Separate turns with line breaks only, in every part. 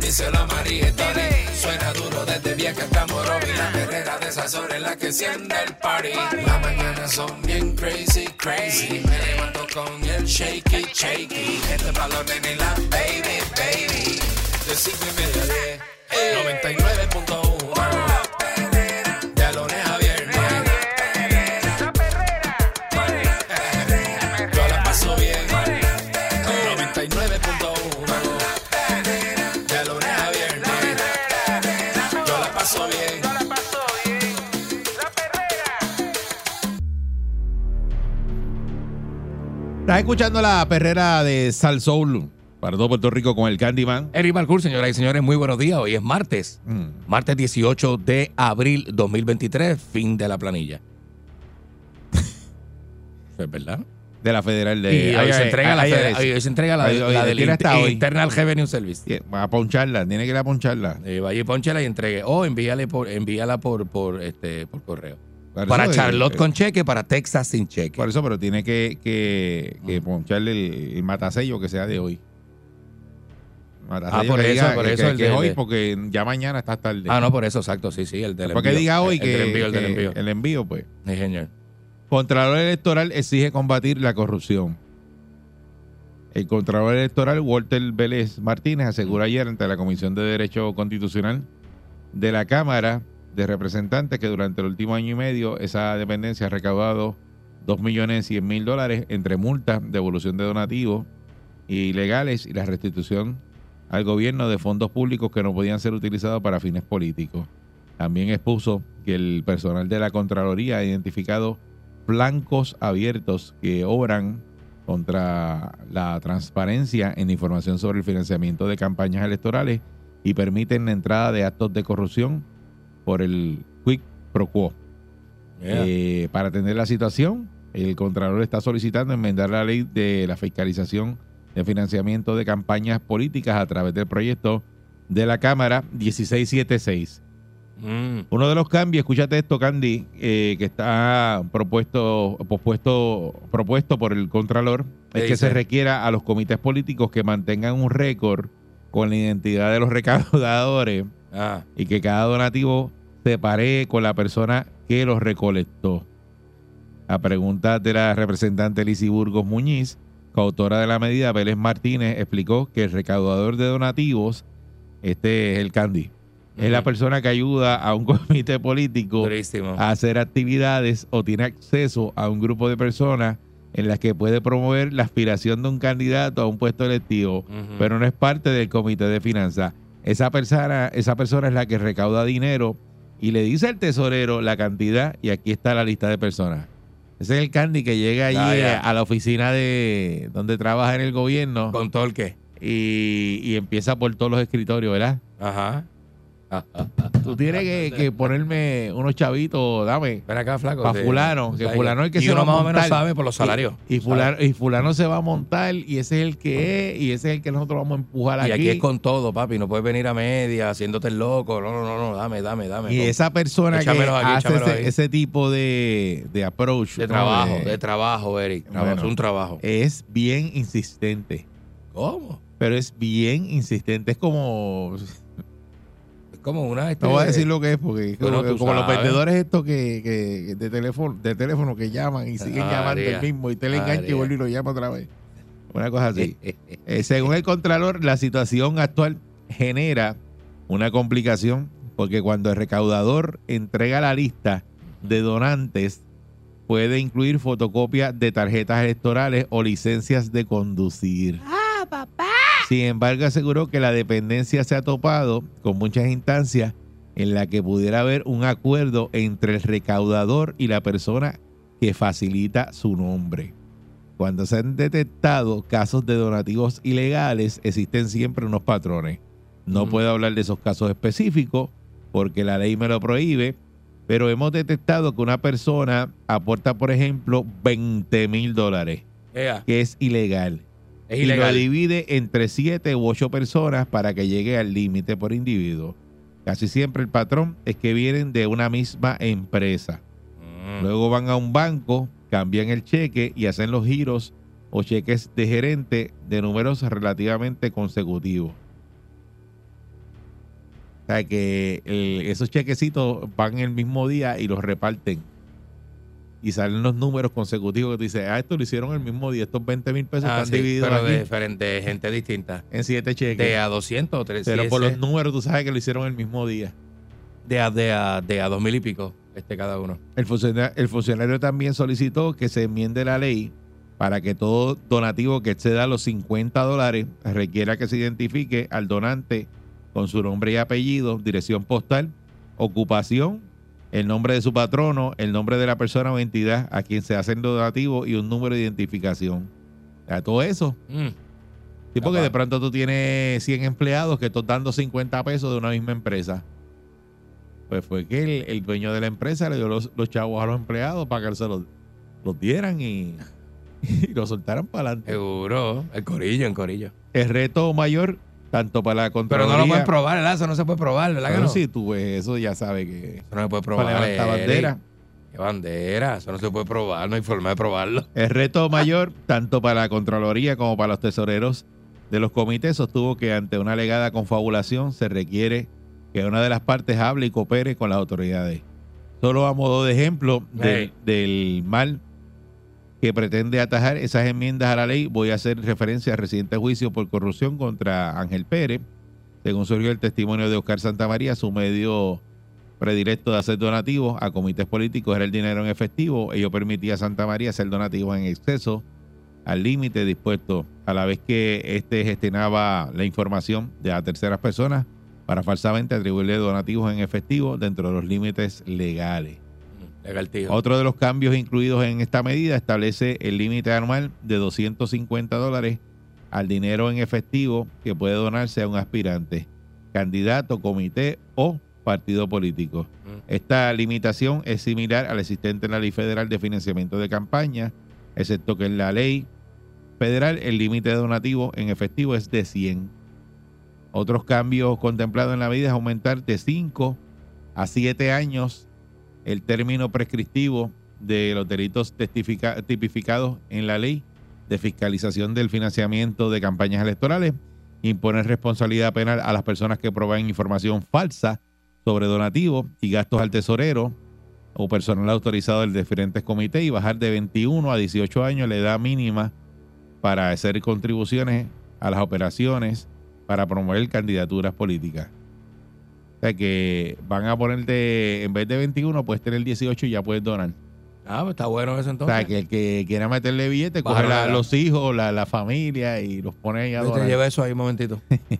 díselo a María y Tony. Suena duro desde vieja que estamos Robin. La perrera de esas horas es la que enciende el Ah. party. Las mañanas son bien crazy, crazy. Me levanto con el shaky, shaky. Este es pa' los nenes y la baby, baby. De cinco y media a diez. ah. 99.1 La perrera De lunes a viernes
la perrera,
yo la paso bien. 99.1. De lunes a viernes. Yo la paso bien.
no la pasó bien. La perrera,
Estás escuchando la perrera de Sal Soul para todo Puerto Rico con el Candyman.
Eric Balcour, señoras y señores, muy buenos días. Hoy es martes,
Mm.
martes 18 de abril 2023, fin de la planilla. es verdad.
De la Federal de
Y hoy,
ayer-
se entrega la,
ayer
feder-
es.
hoy se entrega la,
Hoy-
la
hoy
del
tiene hasta
Inter-
hoy.
Internal Revenue Service.
Sí, Va a poncharla, tiene que ir a poncharla.
Eh, vaya y ponchela y entregue. O envíale por, envíala por, por, este, por correo.
Por
para
eso,
Charlotte
eh,
con cheque, para Texas sin cheque.
Por eso, pero tiene que, que,
Ah.
que poncharle el, el matasello que sea de hoy. Matasello
Ah, por
que
eso,
diga
por
que-
eso
que-
el
que
de-
hoy,
de-
porque ya mañana está tarde.
ah, no, por eso, exacto, sí, sí, el del
Porque
envío.
diga hoy
el,
que,
del envío, el del
que-
envío.
el envío, pues.
Sí, señor.
Contralor Electoral exige combatir la corrupción. El Contralor Electoral Walter Vélez Martínez aseguró ayer ante la Comisión de Derecho Constitucional de la Cámara de Representantes que durante el último año y medio esa dependencia ha recaudado 2.100.000 dólares entre multas, devolución de donativos ilegales y la restitución al gobierno de fondos públicos que no podían ser utilizados para fines políticos. También expuso que el personal de la Contraloría ha identificado blancos abiertos que obran contra la transparencia en información sobre el financiamiento de campañas electorales y permiten la entrada de actos de corrupción por el quick pro quo.
Yeah.
Eh, para atender la situación, el Contralor está solicitando enmendar la ley de la fiscalización de financiamiento de campañas políticas a través del proyecto de la Cámara 1676.
Mm.
Uno de los cambios, escúchate esto, Candy, eh, que está propuesto, propuesto, propuesto por el Contralor,
¿Qué
es que se
dice?
requiera a los comités políticos que mantengan un récord con la identidad de los recaudadores
Ah,
y que cada donativo se pare con la persona que los recolectó. A pregunta de la representante Lizy Burgos Muñiz, coautora de la medida, Vélez Martínez explicó que el recaudador de donativos, este es el Candy, es la
Ujú.
persona que ayuda a un comité político
durísimo.
a hacer actividades o tiene acceso a un grupo de personas en las que puede promover la aspiración de un candidato a un puesto electivo
Ujú.
pero no es parte del comité de finanzas. Esa persona, esa persona es la que recauda dinero y le dice al tesorero la cantidad y aquí está la lista de personas. Ese es el Candy que llega allí
Ah,
eh,
Ya, ya.
a la oficina de donde trabaja en el gobierno
con todo el qué.
y, y empieza por todos los escritorios, ¿verdad?
Ajá. Ah, ah.
Tú tienes que, que ponerme unos chavitos, dame.
Ven acá, flaco.
Pa'
sí.
fulano, que
O sea,
fulano es que
y
se
uno
va a
más o menos
montar.
sabe por los salarios.
Y, y fulano, y fulano se va a montar y ese es el que es y ese es el que nosotros vamos a empujar
¿sabes? Y aquí es con todo, papi. No puedes venir a media haciéndote el loco. No, no, no, no. Dame, dame, dame.
Y
Con-
esa persona que
Échamelos aquí,
hace
échamelos
ese,
ahí.
ese tipo de, de approach
de
¿no?
trabajo,
De-
de trabajo, Eric. Trabajo,
Bueno. Eh.
Es un trabajo.
es bien insistente,
¿Cómo?
pero es bien insistente. Es como,
Es como una. este,
no voy a decir lo que es, porque es
Bueno,
como,
tú
como los
sabes.
vendedores estos que, que- de teléfono de teléfono que llaman y siguen
Ah,
llamando
María.
el mismo y te le
Ah,
engancha y
María.
vuelve y lo llama otra vez. Una cosa así. Eh, según el Contralor, la situación actual genera una complicación porque cuando el recaudador entrega la lista de donantes, puede incluir fotocopias de tarjetas electorales o licencias de conducir. ¡Ah, papá! Sin embargo, aseguró que la dependencia se ha topado con muchas instancias en las que pudiera haber un acuerdo entre el recaudador y la persona que facilita su nombre. Cuando se han detectado casos de donativos ilegales, existen siempre unos patrones. No
Mm.
puedo hablar de esos casos específicos porque la ley me lo prohíbe, pero hemos detectado que una persona aporta, por ejemplo, 20 mil dólares,
Ea,
que es ilegal.
es
y lo
ilegal.
divide entre 7 u 8 personas para que llegue al límite por individuo. Casi siempre el patrón es que vienen de una misma empresa.
Mm.
Luego van a un banco, cambian el cheque y hacen los giros o cheques de gerente de números relativamente consecutivos. O sea que el- esos chequecitos van el mismo día y los reparten. Y salen los números consecutivos que tú dices, ah, esto lo hicieron el mismo día, estos 20 mil pesos
Ah,
están
sí,
divididos
pero de
aquí
diferente gente distinta.
en siete cheques.
De a 200 o 300.
pero por los números tú sabes que lo hicieron el mismo día.
de a, de a, de a dos mil y pico este cada uno.
El funcionario, el funcionario también solicitó que se enmiende la ley para que todo donativo que exceda los 50 dólares requiera que se identifique al donante con su nombre y apellido, dirección postal, ocupación, el nombre de su patrono, el nombre de la persona o entidad a quien se hace el donativo y un número de identificación. O sea, todo eso.
Mm.
Sí, porque
Capaz.
de pronto tú tienes 100 empleados que estás dando 50 pesos de una misma empresa. Pues fue que el, el dueño de la empresa le dio los, los chavos a los empleados para que se los, los dieran y, y los soltaran para adelante.
Seguro. El corillo, el corillo.
El reto mayor, tanto para la
Pero
Contraloría...
no lo pueden probar, ¿verdad? Eso no se puede probar, ¿verdad? que
Bueno,
no?
sí, tú ves, eso ya sabes que...
Eso no se puede probar.
Para levantar
Eric.
bandera.
¿Qué bandera? Eso no se puede probar, no hay forma de probarlo.
El reto mayor, tanto para la Contraloría como para los tesoreros de los comités, sostuvo que ante una alegada confabulación se requiere que una de las partes hable y coopere con las autoridades. Solo a modo de ejemplo del,
Hey.
del mal que pretende atajar esas enmiendas a la ley, voy a hacer referencia al reciente juicio por corrupción contra Ángel Pérez, según surgió el testimonio de Oscar Santamaría, su medio predilecto de hacer donativos a comités políticos era el dinero en efectivo. Ello permitía a Santa María hacer donativos en exceso al límite dispuesto, a la vez que este gestionaba la información de a terceras personas para falsamente atribuirle donativos en efectivo dentro de los límites legales.
Legal, tío.
Otro de los cambios incluidos en esta medida establece el límite anual de 250 dólares al dinero en efectivo que puede donarse a un aspirante, candidato, comité o partido político.
Mm.
Esta limitación es similar a la existente en la Ley Federal de Financiamiento de Campaña, excepto que en la ley federal el límite de donativo en efectivo es de 100. Otros cambios contemplados en la medida es aumentar de 5 a 7 años el término prescriptivo de los delitos testifica- tipificados en la ley de fiscalización del financiamiento de campañas electorales, imponer responsabilidad penal a las personas que proveen información falsa sobre donativos y gastos al tesorero o personal autorizado del diferentes comités y bajar de 21 a 18 años la edad mínima para hacer contribuciones a las operaciones para promover candidaturas políticas. O sea que van a ponerte, en vez de 21, puedes tener 18 y ya puedes donar.
Ah, pues está bueno eso
O
entonces.
sea que el que quiera meterle billete, coge
Bajaron la
la-
edad.
los hijos, la, la familia y los pone ahí a
Yo te
donar.
lleva eso ahí un momentito.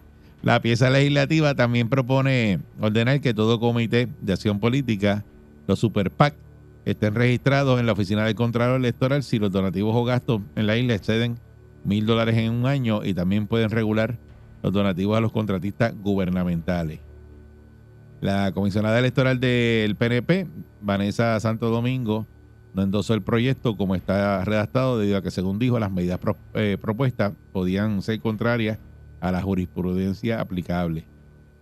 La pieza legislativa también propone ordenar que todo comité de acción política, los super PAC, estén registrados en la oficina del Contralor Electoral si los donativos o gastos en la isla exceden mil dólares en un año y también pueden regular los donativos a los contratistas gubernamentales. La comisionada electoral del PNP, Vanessa Santo Domingo, no endosó el proyecto como está redactado debido a que, según dijo, las medidas pro- eh, propuestas podían ser contrarias a la jurisprudencia aplicable.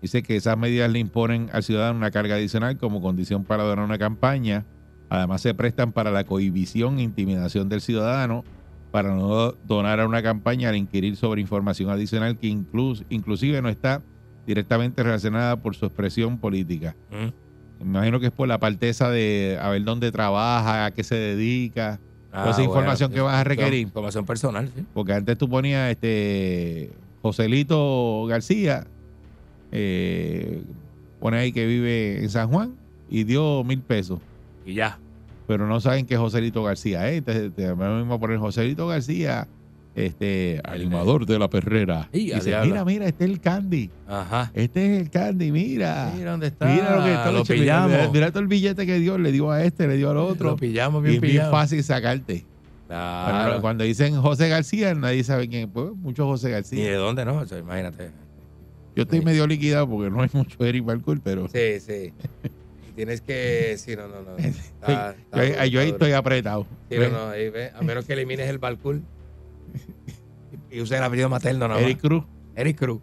Dice que esas medidas le imponen al ciudadano una carga adicional como condición para donar una campaña. Además, se prestan para la cohibición e intimidación del ciudadano para no donar a una campaña al inquirir sobre información adicional que inclus- inclusive no está directamente relacionada por su expresión política.
Mm.
Me imagino que es por la parteza de a ver dónde trabaja, a qué se dedica.
Ah,
Pues esa información
bueno,
que vas a requerir.
Información personal, sí.
Porque antes tú ponías este Joselito García, eh, pone ahí que vive en San Juan y dio mil pesos.
Y ya.
Pero no saben que es Joselito García es. Te, te vamos a poner Joselito García, este animador de la perrera.
Y
Y
a
dice,
diablo.
mira, mira, este es el Candy.
Ajá.
Este es el Candy, mira.
Mira dónde está.
Ah. Mira lo que está
Lo
hecho, mira,
pillamos.
Mira, mira todo el billete que dio, le dio a este, le dio al otro.
Lo pillamos
y
bien
es bien
pillado.
fácil sacarte. Bueno,
Claro.
Cuando dicen José García, nadie sabe quién es. Pues, mucho José
¿Y de
García.
dónde no? O sea, imagínate.
Yo estoy
sí.
medio liquidado porque no hay mucho Eric Balcour, pero
Sí, sí. Tienes que. Sí, no, no, no. Está- está
Sí, yo, ahí-
duro,
ahí- yo ahí
está duro.
estoy apretado.
Sí, no, no, ahí ve, A menos que elimines el balcón y, y uses el apellido materno, nada más.
Eric Cruz.
Eric Cruz.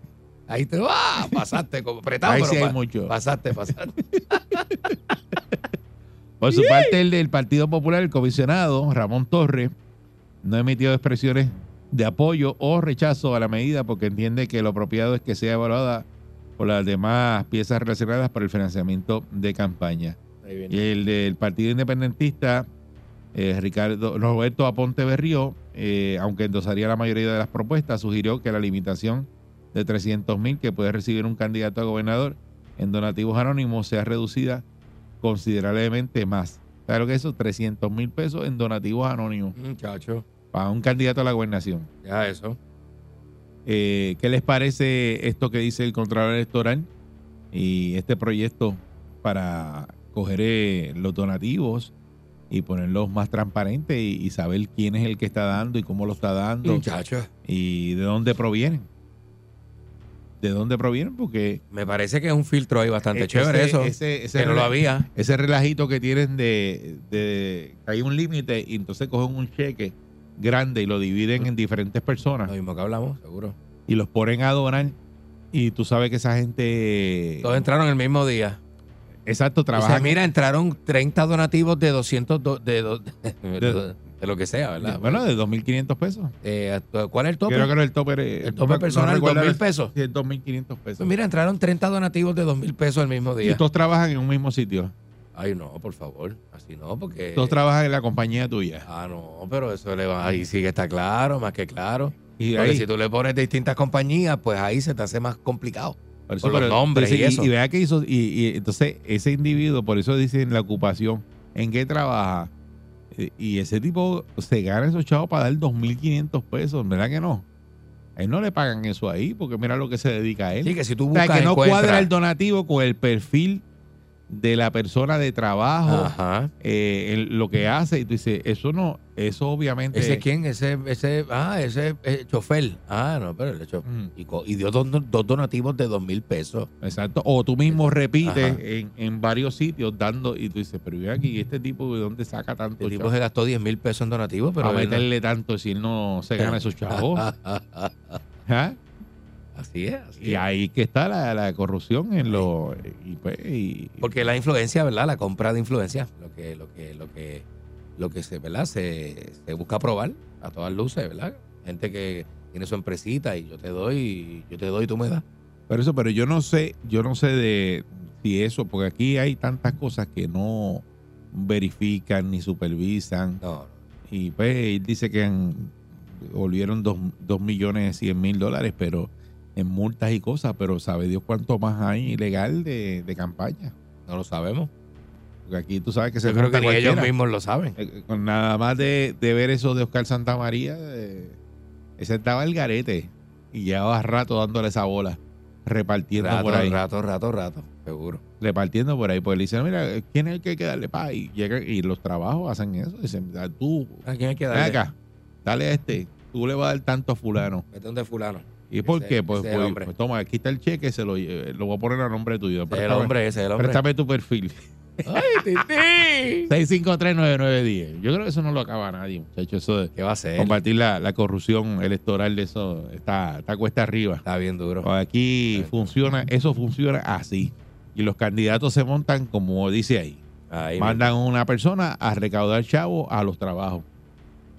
Ahí te ¡ah! pasaste, como apretado,
Ahí
pero
sí hay
pa-
mucho.
pasaste, pasaste.
Por su parte, el del Partido Popular, el comisionado Ramón Torres, no emitió expresiones de apoyo o rechazo a la medida porque entiende que lo apropiado es que sea evaluada por las demás piezas relacionadas para el financiamiento de campaña.
Ahí viene.
Y el del Partido Independentista, eh, Ricardo Roberto Aponte Berrío, eh, aunque endosaría la mayoría de las propuestas, sugirió que la limitación de 300 mil que puede recibir un candidato a gobernador en donativos anónimos sea reducida considerablemente más. Claro que eso, 300 mil pesos en donativos anónimos
Muchacho,
para un candidato a la gobernación.
ya eso.
Eh, ¿Qué les parece esto que dice el Contralor Electoral y este proyecto para coger eh, los donativos y ponerlos más transparentes y, y saber quién es el que está dando y cómo lo está dando
Muchacho.
y de dónde provienen? ¿De dónde provienen? Porque e-,
Me parece que es un filtro ahí bastante
ese-
chévere eso.
ese- ese
que no lo
rela-
había.
ese relajito que tienen de, de- que hay un límite y entonces cogen un cheque grande y lo dividen en diferentes personas
Lo mismo que hablamos, seguro.
y los ponen a donar y tú sabes que esa gente
Todos entraron el mismo día.
exacto
O sea,
trabaja
mira, entraron 30 donativos de 200, do- de, do-
De-
de, lo que sea, ¿verdad?
bueno de 2500 pesos
Eh, hasta- ¿Cuál es el tope?
creo que era el tope eh,
el tope
no
personal,
recuerdo
2.000
el-
pesos.
sí, 2500 pesos
Pues mira, entraron 30 donativos de 2.000 pesos el mismo
y
día.
todos trabajan en un mismo sitio
Ay, no, por favor. Así no, porque...
todos trabajan en la compañía tuya
Ah, no, pero eso le va... Ahí sí que está claro, más que claro.
y
Porque
ahí
si tú le pones distintas compañías, pues ahí se te hace más complicado.
por eso,
con los
pero-
nombres
entonces,
y eso.
vea que hizo y, y entonces ese individuo por eso dicen la ocupación en qué trabaja Eh, y ese tipo se gana esos chavos para dar 2500 pesos verdad que no a él no le pagan eso ahí porque mira lo que se dedica a él
Sí, que si tú
O sea,
buscas,
que no
encuentras.
cuadra el donativo con el perfil de la persona de trabajo,
Ajá.
eh, el- lo que hace, y tú dices, eso no, eso obviamente.
¿Ese quién? Ese, ese, ah, ese eh, chofer. Ah, no, pero el chofer.
Mm,
Y, co- y dio dos, dos donativos de dos mil pesos.
Exacto. O tú mismo repites
Ajá.
en, en varios sitios dando, y tú dices, pero ven aquí, ¿este tipo de dónde saca tanto
El Este tipo
chavo?
se gastó 10 mil pesos en donativos, pero.
Para
él no-
meterle tanto si él no se gana esos chavos. ¿Ah?
Así es. así
Y
es.
ahí que está la, la corrupción en los. Y pues, y-
Porque la influencia, ¿verdad? La compra de influencia, lo que, lo que, lo que, lo que se, ¿verdad? Se, se busca probar a todas luces, ¿verdad? Gente que tiene su empresita y yo te doy, yo te doy, tú me das.
Pero eso, pero yo no sé, yo no sé de si eso, porque aquí hay tantas cosas que no verifican ni supervisan.
No,
Y pues él dice que han- volvieron 2 millones cien mil dólares, pero en multas y cosas, pero sabe Dios cuánto más hay ilegal de, de campaña.
no lo sabemos.
Porque aquí tú sabes que se
Yo creo
monta
que ni ellos
cualquiera.
mismos lo saben.
Eh, Con nada más de, de ver eso de Oscar Santamaría, eh, ese estaba el garete y llevaba rato dándole esa bola, repartiendo
Rato,
por ahí.
rato, rato, rato, seguro.
repartiendo por ahí. Pues le dicen, mira, ¿quién es el que hay que darle pa? Y, llega, y los trabajos hacen eso. Dicen, "Ah, tú,
¿A quién hay que
ven
darle?
acá, dale a este. Tú le vas a dar tanto a fulano.
Vete donde fulano.
¿Y por
Ese-
qué? Pues,
ese es el
pues,
hombre.
pues, toma, aquí está el cheque, se lo, lle- lo voy a poner a nombre tuyo.
Ese es el hombre, ese es el hombre.
préstame tu perfil.
¡Ay, Titi!
6539910. Yo creo que eso no lo acaba nadie, muchachos. Eso de
¿Qué va a ser?
combatir la, la corrupción electoral de eso está, está cuesta arriba.
Está bien duro.
Aquí funciona, eso funciona así. Y los candidatos se montan como dice ahí.
Ahí,
mandan una persona a recaudar chavo a los trabajos.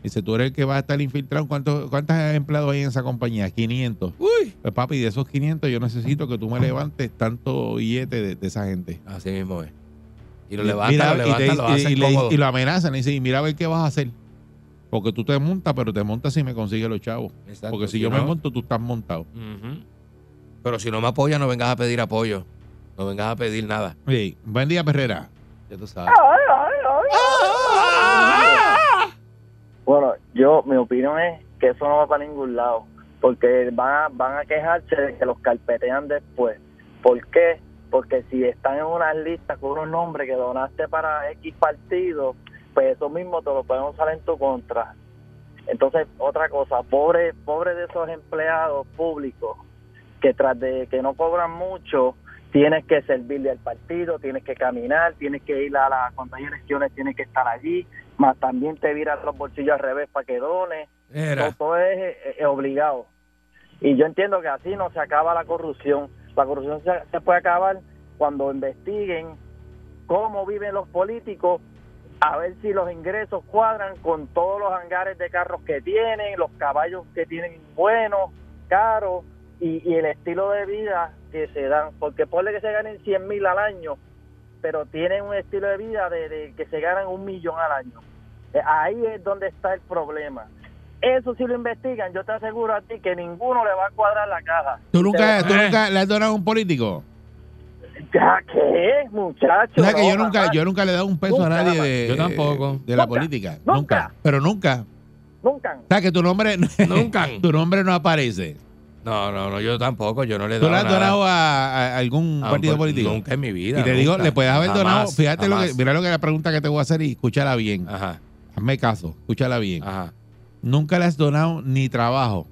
Dice, tú eres el que va a estar infiltrado. ¿Cuántos, ¿Cuántos empleados hay en esa compañía? 500.
Uy.
Pues papi, de esos 500 yo necesito que tú me levantes tanto billete de, de esa gente.
Así mismo es. Y lo
Y-
levanta, lo
mira, y te-
levanta, lo
y-
hace
y le-
cómodo.
y lo amenazan. Y dicen, mira a ver qué vas a hacer. Porque tú te montas, pero te montas si me consigues los chavos.
Exacto,
Porque si, yo me
no-
monto, tú estás montado.
Ujú. Pero si no me apoyas, no vengas a pedir apoyo. No vengas a pedir nada.
Sí. Buen día, Perrera.
Ya tú sabes.
Bueno, yo, mi opinión es que eso no va para ningún lado, porque van a, van a quejarse de que los carpetean después. ¿Por qué? Porque si están en unas listas con unos nombres que donaste para X partido, pues eso mismo te lo pueden usar en tu contra. Entonces, otra cosa, pobre, pobre de esos empleados públicos que tras de que no cobran mucho, tienes que servirle al partido, tienes que caminar, tienes que ir a las cuando hay elecciones, tienes que estar allí, más también te viras los bolsillos al revés para que dones,
Era.
todo es, eh, eh, obligado. Y yo entiendo que así no se acaba la corrupción. La corrupción se, se puede acabar cuando investiguen cómo viven los políticos, a ver si los ingresos cuadran con todos los hangares de carros que tienen, los caballos que tienen buenos, caros, y, y el estilo de vida que se dan. Porque ponle que se ganen 100 mil al año, pero tienen un estilo de vida de, de que se ganan un millón al año. Eh, Ahí es donde está el problema. Eso si lo investigan, yo te aseguro a ti que ninguno le va a cuadrar la caja.
¿Tú nunca,
Pero-
eh.
tú nunca le has donado a un político?
Ya, ¿Qué es, muchacho?
O sea, que yo
No,
nunca,
jamás.
yo nunca le he dado un peso
Nunca,
a nadie
jamás.
de,
Yo tampoco.
de la
Nunca,
política. Nunca.
nunca.
Pero nunca.
Nunca.
O sea, que tu nombre,
Nunca.
tu nombre no aparece.
No, no, no, yo tampoco, yo no le he
¿Tú
dado
le has
nada
donado a, a algún
a un
partido
pol-
político?
Nunca en mi vida.
Y te digo,
nunca.
le puedes haber
Jamás,
donado. Fíjate lo que,
jamás. Ah.
mira lo que es la pregunta que te voy a hacer y escúchala bien.
Ajá,
Hazme caso, escúchala bien.
ajá.
Nunca le has donado ni trabajo.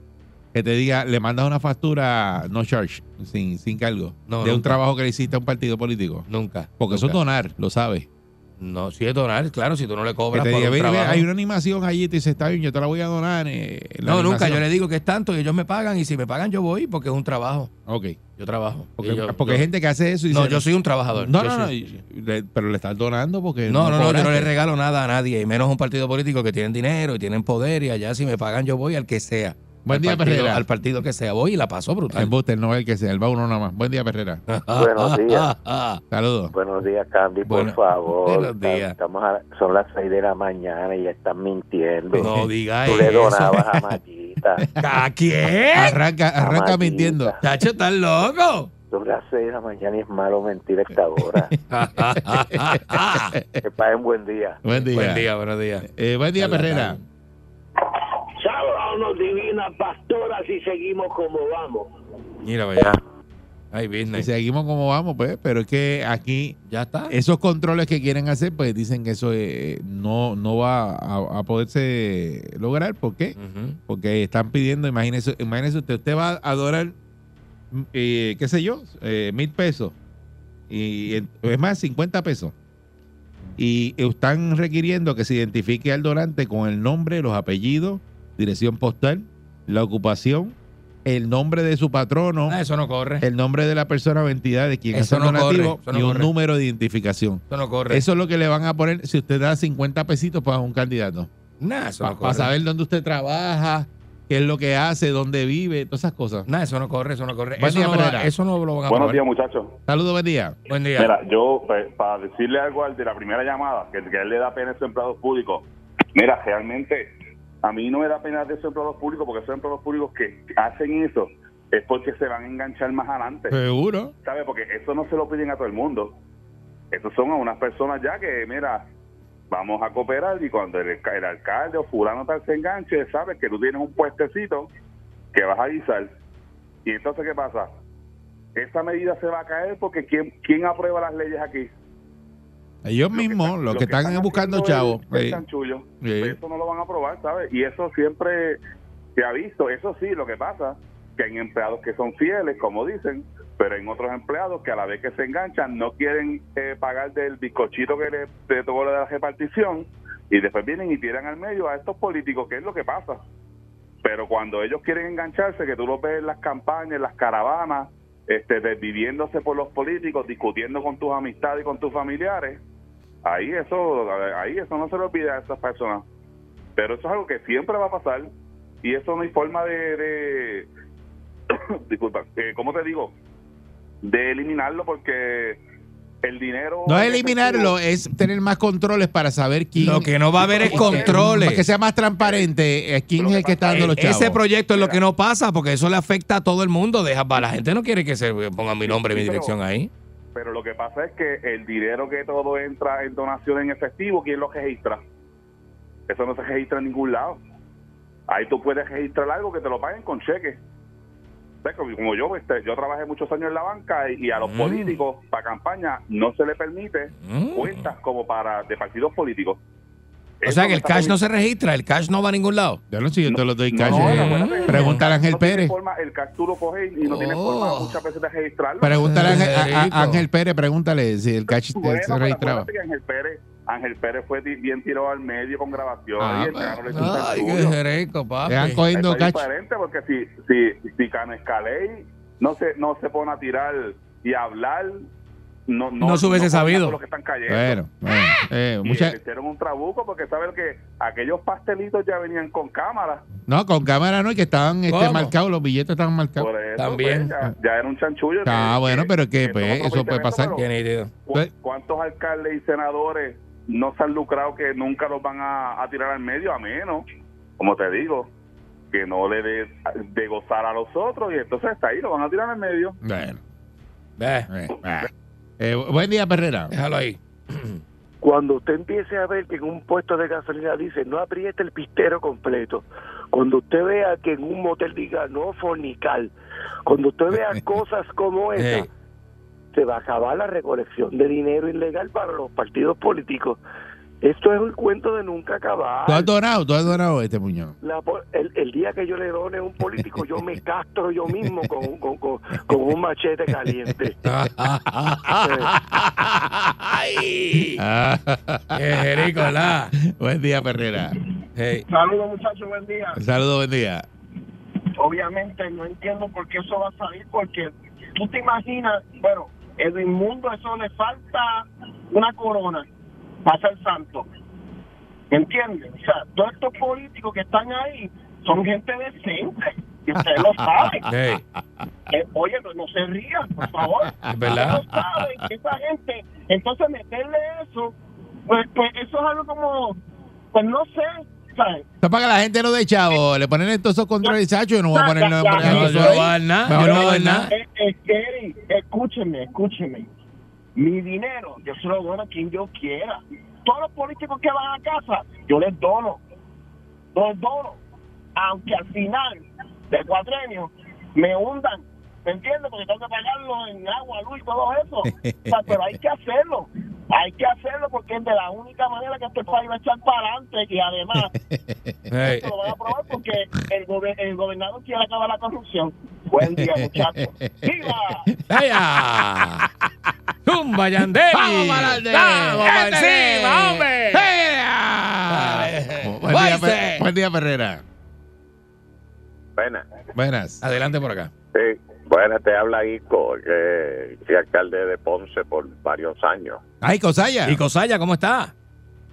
Que te diga, le mandas una factura no charge, sin, sin cargo,
No,
de un
nunca.
trabajo que le hiciste a un partido político.
Nunca.
Porque eso es
nunca.
donar, lo sabes.
No, si es donar, claro, si tú no le
Que
cobras
te
por
diga,
un
"Mira, mira,
trabajo".
hay una animación allí y te dice, está bien, yo te la voy a donar. eh, la
No, nunca,
animación".
yo le digo que es tanto y ellos me pagan y si me pagan yo voy porque es un trabajo.
Ok.
Yo trabajo.
Porque,
Y yo-
porque hay
yo-
gente que hace eso y
No,
dice,
yo soy un trabajador.
No,
yo
no, no.
soy-
y- le- pero le estás donando porque.
No, no, no, yo no le
cobraste.
regalo nada a nadie, y menos a un partido político que tienen dinero y tienen poder y allá si me pagan yo voy al que sea.
Buen
Al
día,
partido-
Perrera.
Al partido que sea, voy y la paso brutal.
Embuste, no es el que sea, él va uno nada más. Buen día, Perrera. Ah,
Buenos días.
Saludos.
Buenos días, Candy,
Bueno,
por favor.
buenos días.
Estamos a- son las 6 de la mañana y ya están mintiendo.
No digas
Tú le
eso.
donabas a Matita.
¿A quién?
Arranca, arranca
Amadita.
mintiendo.
Chacho, estás loco.
Son las 6 de la mañana y es malo mentir a esta hora. que pasen buen día.
Buen día.
Buen día, buenos días.
Eh, buen día,
Hola,
Perrera.
Sábados divinas pastoras y seguimos como vamos.
Mira, vaya. Ay,
Y
business.
seguimos como vamos, pues, pero es que aquí
Ya está.
esos controles que quieren hacer, pues dicen que eso eh, no, no va a, a poderse lograr. ¿Por qué?
Ujú.
Porque están pidiendo, imagínese, imagínese usted, usted va a donar, mm, eh, qué sé yo, eh, mil pesos. Y en- es más, 50 pesos. Y están requiriendo que se identifique al donante con el nombre, los apellidos, dirección postal, la ocupación, el nombre de su patrono.
Ah, eso no corre.
el nombre de la persona o entidad de quien es
Eso
el
no corre,
donativo
eso no
y un
corre.
número de identificación.
Eso no corre.
Eso es lo que le van a poner si usted da 50 pesitos para un candidato.
Nah, eso no
Para
corre.
saber dónde usted trabaja, qué es lo que hace, dónde vive, todas esas cosas.
Nah, eso no corre, eso no corre.
Buen
Eso,
día,
no va-
Pereira.
eso no lo van a
Buenos
aprobar.
días, muchachos.
Saludos, buen día.
Buen día.
Mira, yo, pues, para decirle algo al de la primera llamada, que, que a él le da pena esos empleados públicos. Mira, realmente, a mí no me da pena de esos empleados públicos, porque esos empleados públicos que hacen eso es porque se van a enganchar más adelante.
Seguro.
¿Sabes? Porque eso no se lo piden a todo el mundo. Esos son a unas personas ya que, mira, vamos a cooperar y cuando el, el alcalde o fulano tal se enganche, sabes que tú tienes un puestecito que vas a avisar. ¿Y entonces qué pasa? Esa medida se va a caer porque ¿quién, quién aprueba las leyes aquí?
Ellos
Lo que
mismos,
está-
los
lo
que, están, buscando
haciendo
chavos.
es el
eh,
chanchullo.
eh,
Pues Eso no lo van a aprobar, ¿sabes? Y eso siempre se ha visto. Eso sí, lo que pasa, que hay empleados que son fieles, como dicen, pero hay otros empleados que a la vez que se enganchan no quieren eh, pagar del bizcochito que le de todo lo de la repartición y después vienen y tiran al medio a estos políticos, que es lo que pasa. Pero cuando ellos quieren engancharse, que tú lo ves en las campañas, en las caravanas, este, desviviéndose por los políticos, discutiendo con tus amistades y con tus familiares, ahí eso, ahí eso no se le olvida a esas personas. Pero eso es algo que siempre va a pasar y eso no hay forma de, de- disculpa, eh, ¿cómo te digo? De eliminarlo porque el dinero...
No es eliminarlo, es tener más controles para saber quién.
Lo que no va a haber es controles.
Que sea más transparente eh, quién
Lo
es
que
el que está
pasa
dando
Eh,
los chavos.
Ese proyecto es lo que no pasa porque eso le afecta a todo el mundo. Deja para la gente no quiere que se ponga mi nombre y mi
Sí, pero-
dirección ahí.
Pero lo que pasa es que el dinero que todo entra en donación en efectivo, ¿quién lo registra? Eso no se registra en ningún lado. Ahí tú puedes registrar algo que te lo paguen con cheques. ¿Ves? Como como yo, este, yo trabajé muchos años en la banca y, y a los
Mm.
políticos para campaña no se les permite
Mm.
cuentas como para de partidos políticos.
O sea que el cash no se registra, el cash no va a ningún lado.
Ya lo siguiente los doy
No,
cash.
no,
eh.
espérate.
Pregúntale a Ángel
No tiene
Pérez.
forma, el cash tú lo coges y no tiene
Oh.
forma muchas veces de registrarlo.
Pregúntale a Ángel- a, a-
Rico.
a Ángel Pérez, pregúntale si el cash
Bueno,
se
pero
registraba.
acuérdate que Ángel Pérez, Ángel Pérez fue di- bien tirado al medio con grabación.
Ah,
y el
pues,
carro le hizo un
Ay,
tertulio.
qué rico, papi.
Dejan
Está
cogiendo cash.
diferente porque si, si, si Cano Escaley no se, no se pone a tirar y a hablar, no, no,
No se hubiese
no
sabido.
con Lo que están cayendo.
Bueno, bueno, eh,
Y
mucha-
le hicieron un trabuco porque saben que aquellos pastelitos ya venían con cámara.
no, con cámara no, y que estaban este,
¿Cómo?
marcados, los billetes estaban marcados.
Por eso,
También.
pues, ya, ya era un chanchullo.
Ah, bueno, pero que,
son
pues,
otros
eso puede
20
pasar.
pesos,
Qué nítido.
¿Cu-
Pues-
¿Cuántos alcaldes y senadores no se han lucrado que nunca los van a, a tirar al medio? A menos, como te digo, que no le des de gozar a los otros y entonces está ahí, lo van a tirar al medio.
Bueno,
Ve,
eh, ah. Eh, buen día, Perrera.
déjalo ahí.
Cuando usted empiece a ver que en un puesto de gasolina dice no apriete el pistero completo, cuando usted vea que en un motel diga no fornical, cuando usted vea cosas como esa,
Ey.
se va a acabar la recolección de dinero ilegal para los partidos políticos. Esto es un cuento de nunca acabar.
Tú has donado, tú has donado este muñón.
La po- el, el día que yo le done a un político, yo me castro yo mismo con, un- con, con- con un machete caliente.
ah, Ay, qué jerico, ¿verdad? Eh,
buen día, Perrera.
Ey.
Saludos, muchachos, buen día.
Saludos, buen día.
obviamente no entiendo por qué eso va a salir, porque tú te imaginas, bueno, Edwin Mundo, eso le falta una corona para ser santo. ¿Entiendes? O sea, todos estos políticos que están ahí son gente decente, y ustedes lo saben.
Ey.
Eh, oye, no, no se rían, por favor.
Es verdad.
Ustedes lo saben que esa gente, entonces meterle eso, pues, pues eso es algo como, pues no sé, ¿sabes?
Esto es para que la gente no dé chavo. Le ponen todos esos controles y yo no voy a poner nombre.
Ya, ya,
No,
ahí,
yo no
eso
voy a
ahí.
dar nada. Yo
Mejor
no
no
voy a dar
doy
nada.
Eh, eh, Kerry, escúcheme, escúcheme. Mi dinero, yo se lo dono a quien yo quiera. Todos los políticos que van a casa, yo les dono. Los dono. Aunque al final del cuatrenio me hundan. ¿Me entiendes? Porque tengo que pagarlo en agua, luz y todo eso. O
Eh,
sea, pero hay que hacerlo. Hay que hacerlo porque es de la única manera que este país va a echar para adelante y además
Ey.
esto lo van a aprobar porque el, gobe- el gobernador quiere acabar la corrupción. Buen día, muchachos. ¡Viva!
¡Vaya! ¡Tumba, Yandel!
¡Vamos para adelante!
¡Vamos para
¡Este!
encima, hombre!
Ah, Buen día, pues. Per-
¡Fuerte!
buen día, Perrera.
Buena,
Buenas.
Adelante por acá.
sí. Buena, te habla Ico, que fui alcalde de Ponce por varios años.
Ay, Cosaya.
Y Cosaya, ¿cómo está?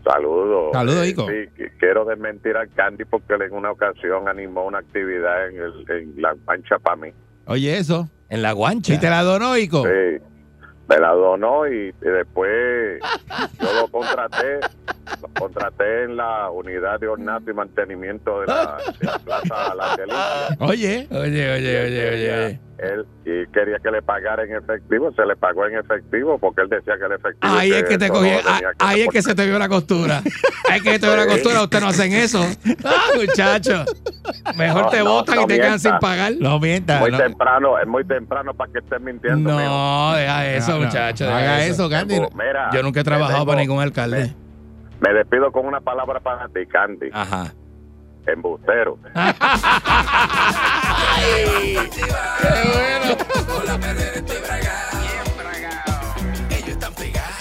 Saludos.
Saludos, Ico.
sí, qu- quiero desmentir al Candy porque en una ocasión animó una actividad en, el- en la pancha para mí.
Oye, eso.
En la guancha.
¿Y te la donó, Ico?
Sí, me la donó y, y después yo lo contraté, lo contraté en la unidad de ornato y mantenimiento de la, de la plaza La Delicia.
Oye.
Oye, oye, oye, oye, oye.
Él y quería que le pagara en efectivo, se le pagó en efectivo porque él decía que el efectivo.
Ahí es que te
eso no
cogí,
tenía
ah, ahí es que se te vio la costura. Ahí es que se te vio la costura, ustedes no hacen eso. Ah, muchachos. Mejor
No,
te
no,
botan
no
y te quedan
mientas.
sin pagar.
No mientas.
Muy
no.
temprano, es muy temprano para que estés mintiendo. mijo. Oh,
No, deja eso,
No, no.
muchachos. deja
Haga eso, Candy.
Mira,
Yo nunca he
te
trabajado
tengo-
para ningún alcalde.
Me despido con una palabra para ti, Candy,
Ajá.
embustero.
Con la perrera estoy bragado. Ellos están pegados.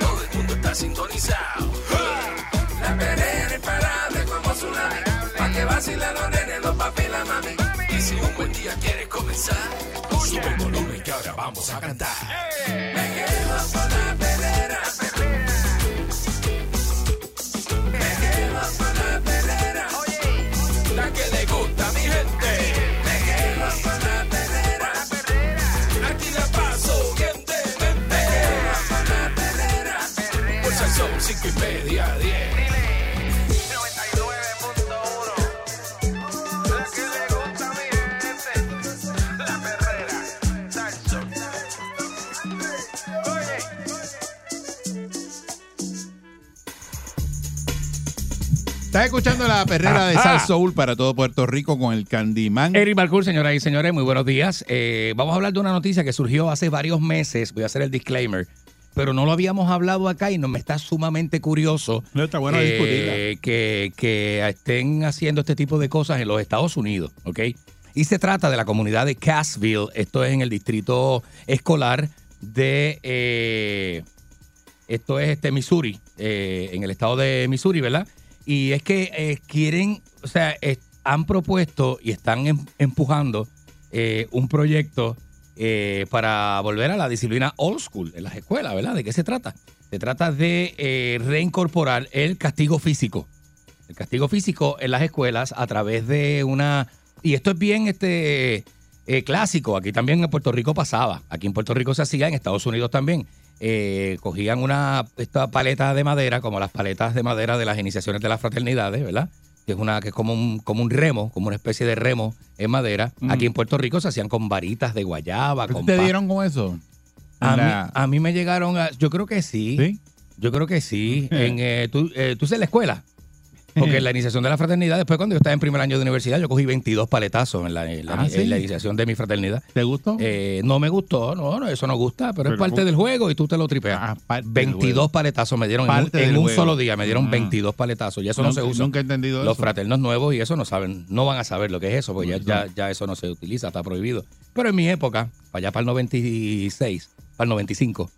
Todo el mundo está sintonizado. La perrera imparable como tsunami. Pa' que vacilan los nenes, los papi y la mami. Y si un buen día quieres comenzar, sube el volumen que ahora vamos a cantar. Me quedo con la perrera. Me quedo con la perrera. La que le gusta a mi gente. Me quedo con la perrera. Aquí la paso bien de mente. Pues el son cinco y media, diez.
99.1 La que le gusta a mi gente La perrera Salso Oye
Estás escuchando la perrera de
Ajá.
Sal Soul para todo Puerto Rico con el Candyman.
Eric Balcour, señoras y Eh, señores, muy buenos días. Eh, vamos a hablar de una noticia que surgió hace varios meses. Voy a hacer el disclaimer. pero no lo habíamos hablado acá y no me está sumamente curioso
No, está bueno
que-
discutirla.
Eh, que, que estén haciendo este tipo de cosas en los Estados Unidos, ¿ok? Y se trata de la comunidad de Cassville, esto es en el distrito escolar de, eh, esto es este Missouri, eh, en el estado de Missouri, ¿verdad? Y es que eh, quieren, o sea, es- han propuesto y están em- empujando eh, un proyecto eh, para volver a la disciplina old school en las escuelas, ¿verdad? ¿De qué se trata? Se trata de eh, reincorporar el castigo físico. El castigo físico en las escuelas a través de una... Y esto es bien este eh, clásico. Aquí también en Puerto Rico pasaba. Aquí en Puerto Rico se hacía, en Estados Unidos también. Eh, cogían una esta paleta de madera, como las paletas de madera de las iniciaciones de las fraternidades, ¿verdad? Que es una que es como un, como un remo, como una especie de remo en madera. Aquí en Puerto Rico se hacían con varitas de guayaba, con
¿Te
pa-
dieron con eso?
a,
La-
mí, a mí me llegaron a. Yo creo que sí.
¿Sí?
Yo creo que sí. En, eh, tú, eh, tú hiciste la escuela. Porque en la iniciación de la fraternidad, después cuando yo estaba en primer año de universidad, yo cogí 22 paletazos en la, en la-
Ah, ¿sí?
en la iniciación de mi fraternidad.
¿Te gustó?
Eh, no me gustó, no, no, eso no gusta, pero, es
Pero
parte
fue-
del juego y tú te lo tripeas.
Ah, parte del
22 paletazos me dieron en un-
Parte
en
del
un,
juego.
solo día, me dieron
Ah.
22 paletazos y eso
nunca,
no se usa.
Nunca he entendido
Los
eso.
fraternos nuevos y eso no saben, no van a saber lo que es eso, porque ya, ya, ya eso no se utiliza, está prohibido. Pero en mi época, para allá para el 96, para el 95,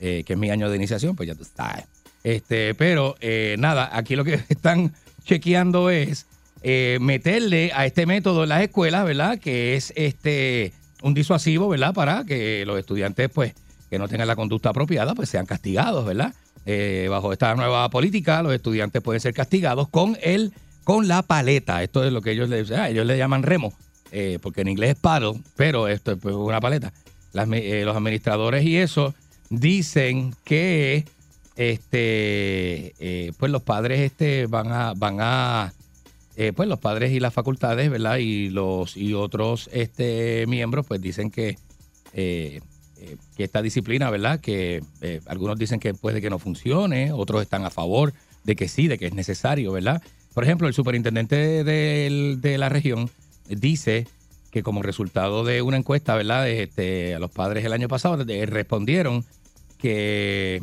eh, que es mi año de iniciación, pues ya tú sabes. Este, pero eh, nada, aquí lo que están chequeando es eh, meterle a este método en las escuelas, ¿verdad? Que es este un disuasivo, ¿verdad? Para que los estudiantes, pues, que no tengan la conducta apropiada, pues sean castigados, ¿verdad? Eh, bajo esta nueva política, los estudiantes pueden ser castigados con el, con la paleta. Esto es lo que ellos le dicen, ah, ellos le llaman remo, eh, porque en inglés es paddle, pero esto es pues, una paleta. Las mi- eh, los administradores y eso dicen que este eh, pues los padres este van a van a eh, pues los padres y las facultades, ¿verdad? Y los y otros este miembros, pues dicen que, eh, eh, que esta disciplina, ¿verdad? Que eh, algunos dicen que puede que no funcione, otros están a favor de que sí, de que es necesario, ¿verdad? Por ejemplo, el superintendente del- de la región dice que como resultado de una encuesta, ¿verdad? Este, a los padres el año pasado eh, respondieron que,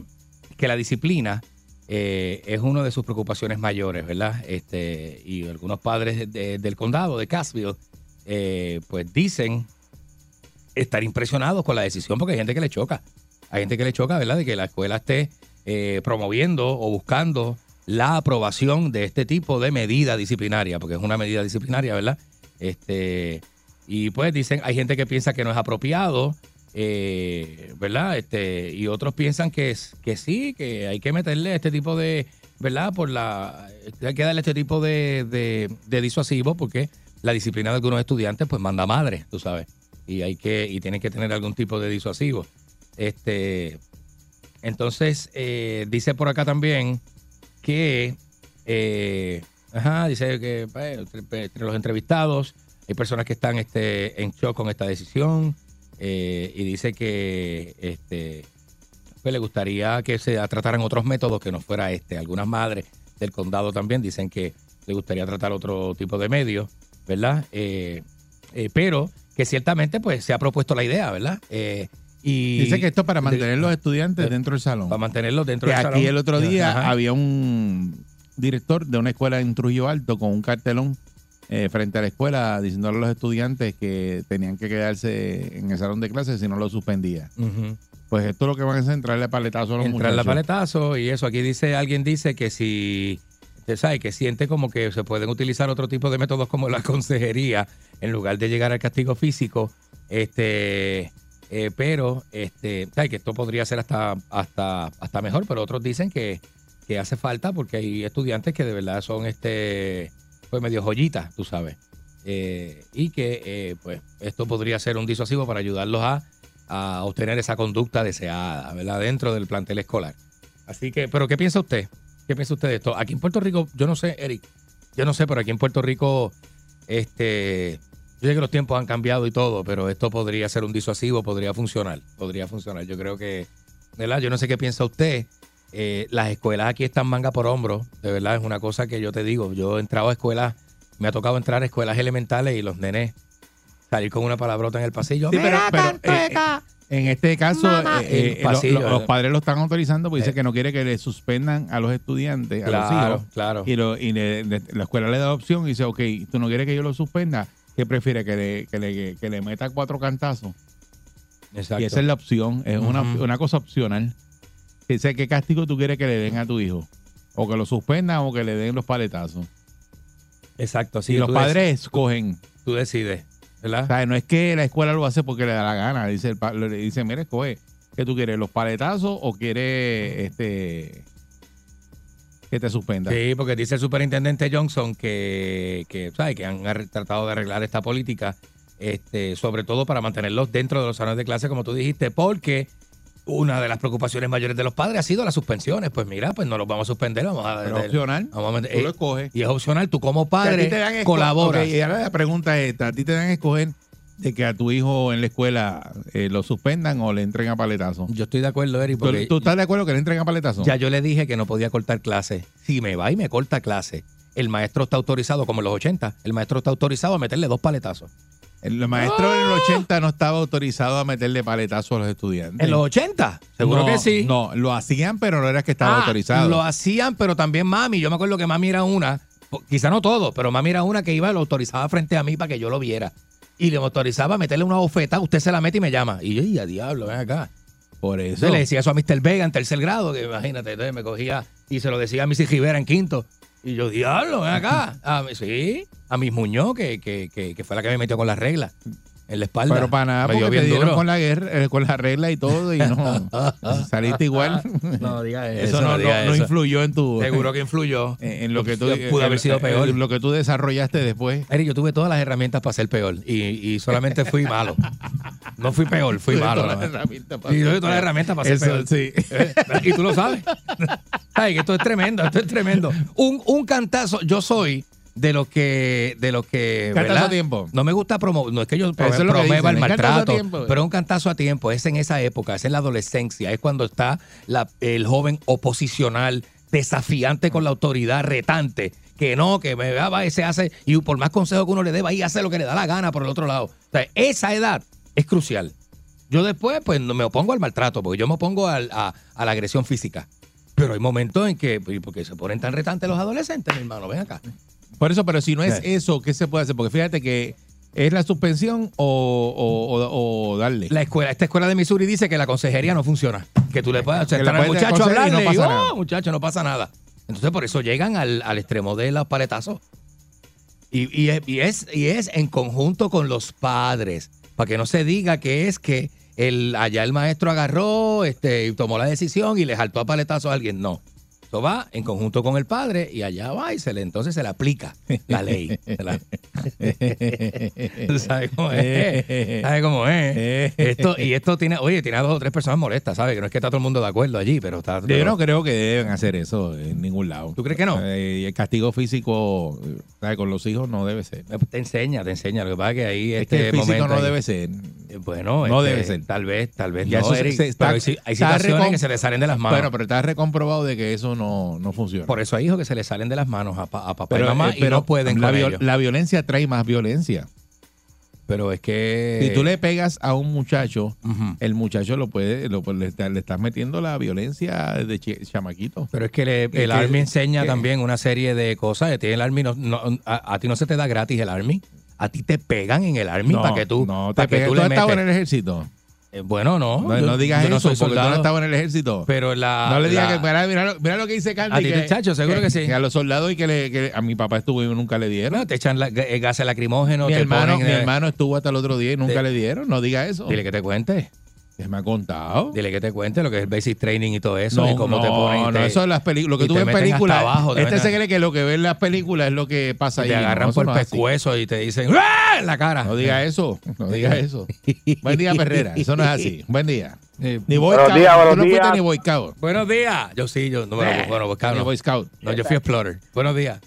que la disciplina eh, es una de sus preocupaciones mayores, ¿verdad? Este, y algunos padres de- del condado, de Cassville, eh, pues dicen estar impresionados con la decisión porque hay gente que le choca. Hay gente que le choca, ¿verdad? De que la escuela esté eh, promoviendo o buscando la aprobación de este tipo de medida disciplinaria, porque es una medida disciplinaria, ¿verdad? Este, y pues dicen, hay gente que piensa que no es apropiado, eh, ¿verdad? Este, y otros piensan que, es- que sí, que hay que meterle este tipo de, ¿verdad? Por la, hay que darle este tipo de, de, de disuasivo porque la disciplina de algunos estudiantes pues manda madre, tú sabes. Y hay que, y tienen que tener algún tipo de disuasivo. Este, entonces, eh, dice por acá también que, eh, ajá, dice que pues, entre, entre los entrevistados hay personas que están este, en shock con esta decisión eh, y dice que este, pues, le gustaría que se trataran otros métodos que no fuera este. Algunas madres del condado también dicen que le gustaría tratar otro tipo de medios, ¿verdad? Eh, eh, pero que ciertamente pues se ha propuesto la idea, ¿verdad? Eh, y
Dice que esto para
de-
mantener los estudiantes dentro del salón.
Eh, para mantenerlos dentro
Que
del
aquí
salón.
el otro día
Ajá.
había un director de una escuela en Trujillo Alto con un cartelón eh, frente a la escuela diciéndole a los estudiantes que tenían que quedarse en el salón de clases si no lo suspendía.
Ujú.
Pues esto lo que van a hacer es entrarle paletazo a los
Entrar la
muchachos.
paletazo y eso. Aquí dice, alguien dice que si, usted sabe, que siente como que se pueden utilizar otro tipo de métodos como la consejería en lugar de llegar al castigo físico. Este, eh, pero, este, sabe que esto podría ser hasta, hasta, hasta mejor, pero otros dicen que, que hace falta porque hay estudiantes que de verdad son este, pues medio joyitas, tú sabes. Eh, y que eh, pues esto podría ser un disuasivo para ayudarlos a a obtener esa conducta deseada, ¿verdad? Dentro del plantel escolar. Así que, pero ¿qué piensa usted? ¿Qué piensa usted de esto? Aquí en Puerto Rico, yo no sé, Eric, yo no sé, pero aquí en Puerto Rico, este, yo sé que los tiempos han cambiado y todo, pero esto podría ser un disuasivo, podría funcionar, podría funcionar. Yo creo que, ¿verdad? Yo no sé qué piensa usted. Eh, las escuelas aquí están manga por hombro, de verdad, es una cosa que yo te digo. Yo he entrado a escuelas, me ha tocado entrar a escuelas elementales y los nenes salir con una palabrota en el pasillo.
Sí, pero,
"Mira,
pero, eh,
cantueca".
eh, En este caso,
Mamá.
eh, eh,
El pasillo,
lo- lo- los
eh.
padres lo están autorizando porque
Eh.
dice que no quiere que le suspendan a los estudiantes, a los
Claro,
hijos.
claro.
Y, lo- y le- le- la escuela le da opción y dice, ok, tú no quieres que yo lo suspenda, ¿qué prefiere? Que le, que le, que le meta cuatro cantazos.
Exacto.
Y esa es la opción, es una,
Ujú.
una cosa opcional. Dice, ¿qué castigo tú quieres que le den a tu hijo? O que lo suspendan o que le den los paletazos.
Exacto, sí.
y los
tú dec-
padres escogen.
tú decides,
O
¿verdad?
sea, no es que la escuela lo hace porque le da la gana. Dice el pa- le dice, mire, escoge, ¿qué tú quieres? ¿Los paletazos o quieres este, que te suspenda?
Sí, porque dice el superintendente Johnson que, que, ¿sabes? que han arre- tratado de arreglar esta política, este, sobre todo para mantenerlos dentro de los salones de clase, como tú dijiste, porque una de las preocupaciones mayores de los padres ha sido las suspensiones. Pues mira, pues no los vamos a suspender, vamos a...
Pero opcional.
vamos a meter-
Tú lo escoges.
ah, eh, y es opcional, tú como
O sea, a ti
padre
te dan esco-
colaboras.
Ok, y ahora la pregunta es esta. ¿A ti te dan a escoger de que a tu hijo en la escuela eh, lo suspendan o le entren a paletazos?
Yo estoy de acuerdo, Eric,
¿Tú,
porque
tú estás de acuerdo que le entren a paletazos?
ya yo le dije que no podía cortar clases. Si me va y me corta clase, el maestro está autorizado, como en los 80, el maestro está autorizado a meterle dos paletazos.
El maestro en
¡Ah!
los 80 no estaba autorizado a meterle paletazos a los estudiantes.
¿En los 80? Seguro
No,
que sí.
No, lo hacían, pero no era que estaba
Ah,
autorizado.
Lo hacían, pero también mami. Yo me acuerdo que mami era una, po- quizá no todo, pero mami era una que iba y lo autorizaba frente a mí para que yo lo viera. Y le autorizaba a meterle una bofeta, usted se la mete y me llama. Y yo, "Y a diablo, ven acá.
Por eso.
Entonces le decía eso a Mr. Vega en tercer grado, que imagínate, entonces me cogía y se lo decía a Mrs. Rivera en quinto. Y yo, diablo, ven acá. A, mi- sí, a Miss Muñoz, que, que, que, que fue la que me metió con las reglas en la espalda.
Pero para nada,
Me dio
porque te
bien
dieron
duro.
con la guerra, eh, con la regla y todo, y no saliste igual.
No, diga Ah, Eh, eso.
eso, no, no-
diga
no
eso.
influyó en tu
Seguro que influyó.
en, en lo que tú
Pudo haber
en-
sido
en
peor.
lo que tú desarrollaste después.
Eric, yo tuve todas las herramientas para ser peor y, y solamente fui malo. No fui peor, fui malo.
Todas las
¿no?
herramientas para
Y yo tuve
hacer
todas las
peor.
herramientas para ser
Eso,
peor. Eh,
sí.
Y tú lo sabes. Ay, que esto es tremendo, esto es tremendo. Un, un cantazo, yo soy de los que de los que
Cantazo
¿verdad?
a tiempo.
no me gusta promover no es que yo
Eso es lo que
promueva
dicen,
el
el cantazo a
maltrato
tiempo.
pero un cantazo a tiempo es en esa época es en la adolescencia es cuando está la- el joven oposicional desafiante con la autoridad retante que no que me va, va y se hace y por más consejo que uno le dé va y hace lo que le da la gana por el otro lado o sea, esa edad es crucial yo después, pues, no me opongo al maltrato, porque yo me opongo al- a, a la agresión física. Pero hay momentos en que, pues, porque se ponen tan retantes los adolescentes, mi hermano, ven acá.
Por eso, pero si no es
Sí.
eso, ¿qué se puede hacer? Porque fíjate que es la suspensión o, o- o- o darle.
La escuela, esta escuela de Missouri dice que la consejería no funciona. Que tú le puedes
Que le
sentar al
puedes
muchacho a
aconsejar y
hablarle y,
no pasa
"Oh,
nada".
muchacho, no pasa nada. Entonces, por eso llegan al, al extremo de los paletazos. Y, y es, y es- y es en conjunto con los padres. Para que no se diga que es que el, allá el maestro agarró este, y tomó la decisión y le saltó a paletazos a alguien. No. Eso va en conjunto con el padre y allá va y se le, entonces se le aplica la ley. Se la- Tú ¿Sabes cómo
Eh,
es? ¿Sabes cómo es? Esto, y esto tiene, oye, tiene a dos o tres personas molestas, ¿sabes? Que no es que está todo el mundo de acuerdo allí, pero está.
Yo
pero-
no creo que deben hacer eso en ningún lado.
¿Tú crees que no?
Eh, y el castigo físico eh, ¿sabes? con los hijos no debe ser.
Te enseña, te enseña. Lo que pasa es que ahí
Es
este
que el físico
momento
no
ahí-
debe ser.
Eh, Bueno,
No
este,
debe ser.
Tal vez, tal vez
Ya
no,
eso se-
Eric,
se está-
pero hay, si- hay
está
situaciones
recom-
que se le salen de las manos.
Bueno, pero está recomprobado de que eso no, no funciona.
Por eso hay hijos que se le salen de las manos a, pa- a papá
pero,
y mamá
eh,
y no pueden
la,
con
viol-
ellos.
la violencia trae más violencia.
Pero es que...
Si tú le pegas a un muchacho,
Ujú.
el muchacho lo puede, lo, pues, le, está- le estás metiendo la violencia de chi- chamaquito.
Pero es que le- el
que-
Army enseña
que-
también una serie de cosas. Tiene el Army no- no- a, a ti no se te da gratis el Army. A ti te pegan en el Army
No,
para que tú,
no, te
para que
pegas.
tú
tú
le
has estado
metes.
en el ejército.
Eh, Bueno, no.
No,
yo-
no digas
yo
eso,
no soy
porque tú no
soldado,
estabas en el ejército.
Pero la...
no le digas
la-
que mira, mira lo- mira lo que dice Candy.
A ti, chacho, seguro que sí.
a los soldados y que, le- que a mi papá estuvo y nunca le dieron.
No, te echan la- eh, gases lacrimógenos.
mi
te
hermano,
ponen,
mi
eh,
hermano estuvo hasta el otro día y nunca
te-
le dieron. No diga eso.
Dile que te cuente.
Que me ha contado.
Dile que te cuente lo que es el basic training y todo eso. y cómo
no,
te ponen. y
no,
te-
eso es las películas. Lo
y
que tú
te
ves en
meten hasta
películas.
abajo, te
este
meten-
se cree que lo que ve en las películas es lo que
y
pasa ahí.
te agarran
No, eso
por
no
el
es así.
pescuezo y te dicen ¡Ah! en la cara.
No diga eso. No diga eso. Buen día, Perrera. Eso no es así. Buen día.
Eh,
Ni Boy
Buenos
Scout.
días, buenos
Tú no fuiste
días.
ni Boy Scout.
Buenos días. Yo sí, yo no, bueno, bueno, pues, claro,
Ni
no.
Boy Scout.
No, yo fui explorer. Buenos días.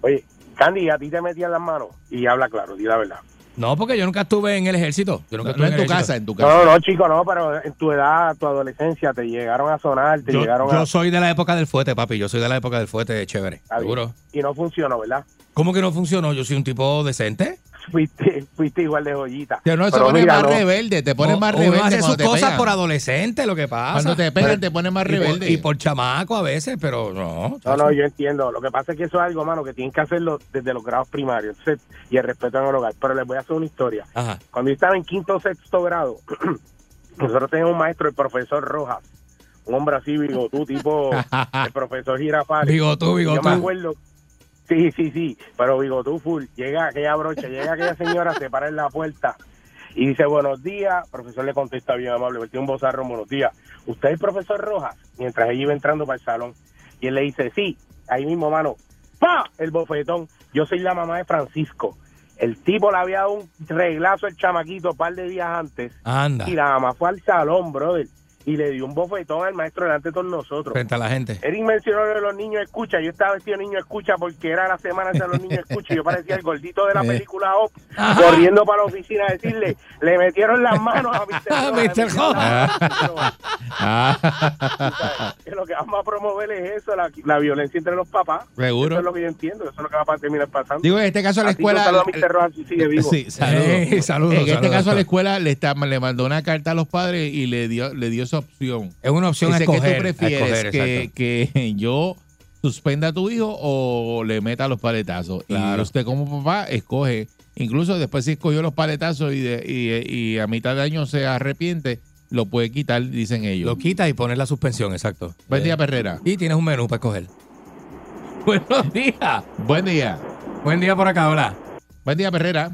Oye, Candy, a ti te metían las manos y habla claro, di la verdad.
No, porque yo nunca estuve en el ejército. Yo nunca
No,
estuve
en tu
el
casa,
ejército.
en tu casa.
No, no, chico, no, pero en tu edad, tu adolescencia, te llegaron a sonar, te
Yo,
llegaron
yo
a...
soy de la época del fuete, papi. Yo soy de la época del fuete, chévere.
Está bien.
Seguro.
Y no funcionó, ¿verdad?
¿Cómo que no funcionó? Yo soy un tipo decente.
fuiste, fuiste igual de joyita.
Pero no, se
Pero
pone
mira,
más
no.
rebelde, te pones más rebelde.
hace sus
cuando te
cosas
pegan.
por adolescente, lo que pasa.
Cuando te pegan, te pones más
y, por,
rebelde.
y por chamaco a veces, pero no.
No, no, yo entiendo. Lo que pasa es que eso es algo, mano, que tienen que hacerlo desde los grados primarios se- y el respeto en el hogar. Pero les voy a hacer una historia.
Ajá.
Cuando yo estaba en quinto o sexto grado, nosotros teníamos un maestro, el profesor Rojas, un hombre así, bigotú, tipo el profesor Girafales.
Bigotú,
Yo me
bigotú.
acuerdo. Sí, sí, sí, pero bigotú full. Llega aquella brocha, llega aquella señora, se para en la puerta y dice buenos días. El profesor le contesta bien amable, tiene un bozarrón, buenos días. ¿Usted es profesor Rojas? Mientras ella iba entrando para el salón. Y él le dice, sí, ahí mismo, mano. ¡Pa! El bofetón. Yo soy la mamá de Francisco. El tipo le había dado un reglazo al chamaquito un par de días antes.
Anda,
Y la mamá fue al salón, brother. Y le dio un bofetón al maestro delante de todos nosotros.
frente a la gente.
Eric mencionó lo de los niños escucha. Yo estaba vestido de niño escucha porque era la semana de los niños escucha. y Yo parecía el gordito de la película Op, corriendo para la oficina a decirle, le metieron las manos a Mr. Rojas,
Ah, Mr.
le metieron las
Rojas.
manos a Mr. Rojas".
Ah,
Que Lo que vamos a promover es eso, la, la violencia entre los papás. Eso es
seguro.
lo que yo entiendo, eso es lo que va a terminar pasando.
Digo, en este caso la
Así que un
escuela.
saludo
eh,
a Mr. Rojas si sigue vivo.
Sí, saludos.
Eh, saludos,
en este
saludos.
caso la escuela le, está, le mandó una carta a los padres y le dio, le dio esa opción.
Es una opción a
Dice,
escoger.
¿qué tú
a
prefieres?
escoger,
que,
exacto.
que yo suspenda a tu hijo o le meta los paletazos. Y
Claro.
usted como papá escoge, incluso después si escogió los paletazos y, de- y- y a mitad de año se arrepiente, lo puede quitar, dicen ellos.
Lo quitas y pones la suspensión, exacto.
Buen día,
Eh,
Perrera.
Y tienes un menú para escoger. Buenos días.
Buen día.
Buen día por acá, hola.
Buen día, Perrera.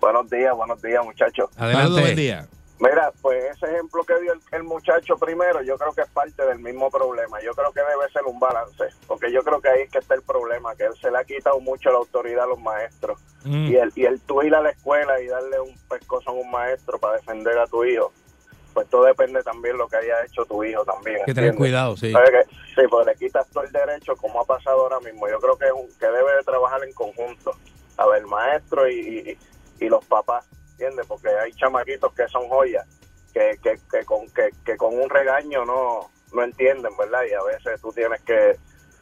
Buenos días, buenos días, muchachos.
Saludos,
Adelante.
buen día.
Mira, pues ese ejemplo que dio el, el muchacho primero, yo creo que es parte del mismo problema. Yo creo que debe ser un balance, porque yo creo que ahí es que está el problema, que él se le ha quitado mucho la autoridad a los maestros.
Mm.
Y el, y el tú ir a la escuela y darle un pescozo a un maestro para defender a tu hijo, pues todo depende también lo que haya hecho tu hijo también.
que tener
¿entiendes?
cuidado, sí.
¿Sabe qué? Sí, pues le quitas todo el derecho, como ha pasado ahora mismo. Yo creo que, es un- que debe de trabajar en conjunto. A ver, el maestro y, y- y los papás, ¿entiendes? Porque hay chamaquitos que son joyas, que, que, que con, que, que con un regaño no, no entienden, ¿verdad? Y a veces tú tienes que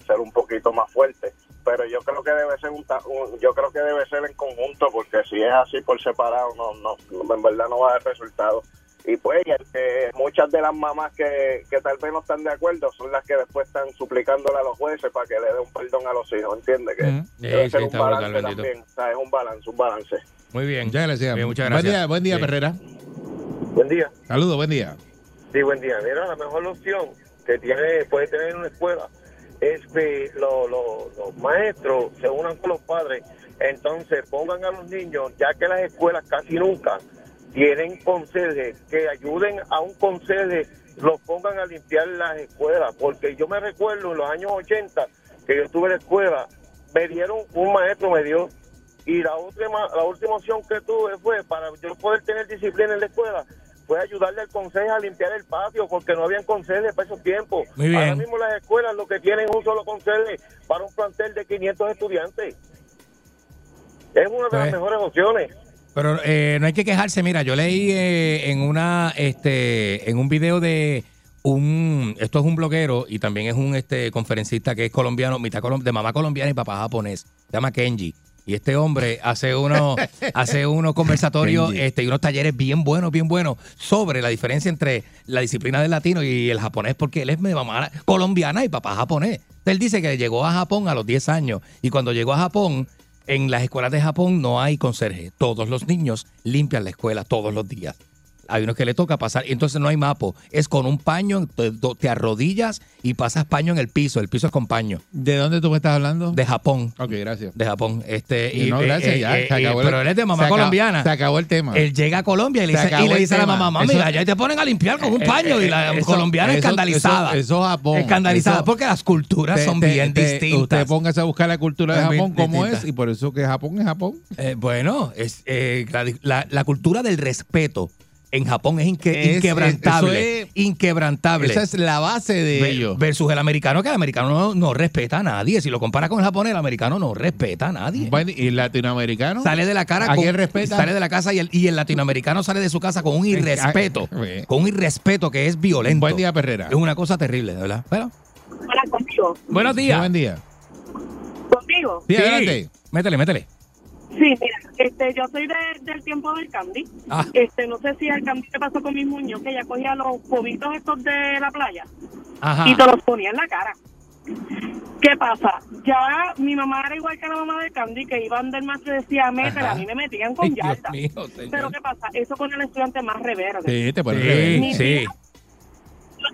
ser un poquito más fuerte. Pero yo creo que debe ser un, ta- un- yo creo que debe ser en conjunto, porque si es así por separado, no, no, no, en verdad no va a dar resultado. Y pues y el que muchas de las mamás que, que tal vez no están de acuerdo son las que después están suplicándole a los jueces para que le den un perdón a los hijos, ¿entiendes? Que
Mm.
debe
Sí, sí,
ser
está
un balance
brutal, bendito.
también, o sea, es un balance, un balance.
Muy bien.
Muchas gracias.
Bien, muchas
Buen
gracias.
día, buen día,
Sí.
Perrera.
Buen día.
Saludos, buen día.
Sí, buen día. Mira, la mejor opción que tiene puede tener una escuela es que lo- lo- los maestros se unan con los padres. Entonces pongan a los niños, ya que las escuelas casi nunca tienen conserjes, que ayuden a un conserje, los pongan a limpiar las escuelas. Porque yo me recuerdo en los años 80 que yo estuve en la escuela, me dieron, un maestro me dio y la última, la última opción que tuve fue para yo poder tener disciplina en la escuela fue ayudarle al consejo a limpiar el patio porque no habían conserjes para esos tiempos.
Muy bien.
Ahora mismo las escuelas lo que tienen es un solo conserje para un plantel de 500 estudiantes. Es una de
Pues-
las mejores opciones.
Pero eh, no hay que quejarse, mira, yo leí eh, en una este en un video de un esto es un bloguero y también es un este conferencista que es colombiano, mitad colom- de mamá colombiana y papá japonés, se llama Kenji. Y este hombre hace uno hace unos conversatorios
Kenji.
este y unos talleres bien buenos, bien buenos sobre la diferencia entre la disciplina del latino y el japonés porque él es de mamá colombiana y papá japonés. Él dice que llegó a Japón a los 10 años y cuando llegó a Japón en las escuelas de Japón no hay conserje. Todos los niños limpian la escuela todos los días. Hay unos que le toca pasar, entonces no hay mapo. Es con un paño, te, te arrodillas y pasas paño en el piso. El piso es con paño.
¿De dónde tú me estás hablando?
De Japón.
Ok, gracias.
De Japón. Este,
Y no,
eh,
gracias,
eh,
ya.
eh,
se acabó
eh,
el-
pero él es de mamá
se acabó-
colombiana.
Se acabó el tema.
Él llega a Colombia y le
Se
dice,
acabó
y le
el
dice a la
tema.
mamá, mami,
Eso-
allá te ponen a limpiar con un
Eh,
paño.
eh,
y la
eh, eso-
colombiana
eso-
escandalizada.
Eso, eso Japón.
escandalizada,
Eso-
porque las culturas
te-
son
te-
bien
te-
distintas.
Usted póngase a buscar la cultura de
Es bien
Japón como es
distinta.
y por eso que Japón es Japón.
Eh, bueno, es, eh, la, la- la cultura del respeto en Japón es, inque-
Es- es-
inquebrantable.
eso es-
inquebrantable.
Esa es la base de
Ve-
ello.
Versus el americano, que el americano no, no respeta a nadie. Si lo compara con el japonés, el americano no respeta a nadie.
Bueno, y latinoamericano.
Sale de la cara
¿A
con-
quién respeta?
sale de la casa y el, y el latinoamericano sale de su casa con un irrespeto,
ah, eh.
con un irrespeto que es violento.
Buen día, Perrera.
Es una cosa terrible, de verdad. Bueno,
Hola, conmigo.
buenos días.
Buen día.
¿Conmigo?
Sí,
Sí.
adelante.
Métele, métele.
Sí, mira, Este, yo soy de- del tiempo del candy.
Ah.
Este, no sé si el candy que pasó con mis muñoz, que ya cogía los cubitos estos de la playa
Ajá.
y te los ponía en la cara. ¿Qué pasa? Ya mi mamá era igual que la mamá de Candy, que iban del maestro y decía, métela,
Ajá.
a mí me metían
Ay,
con
Dios
yarda.
mío,
Pero
señor.
¿qué pasa? Eso con el estudiante más reverde.
Sí, te pones
Sí,
rebelde.
sí.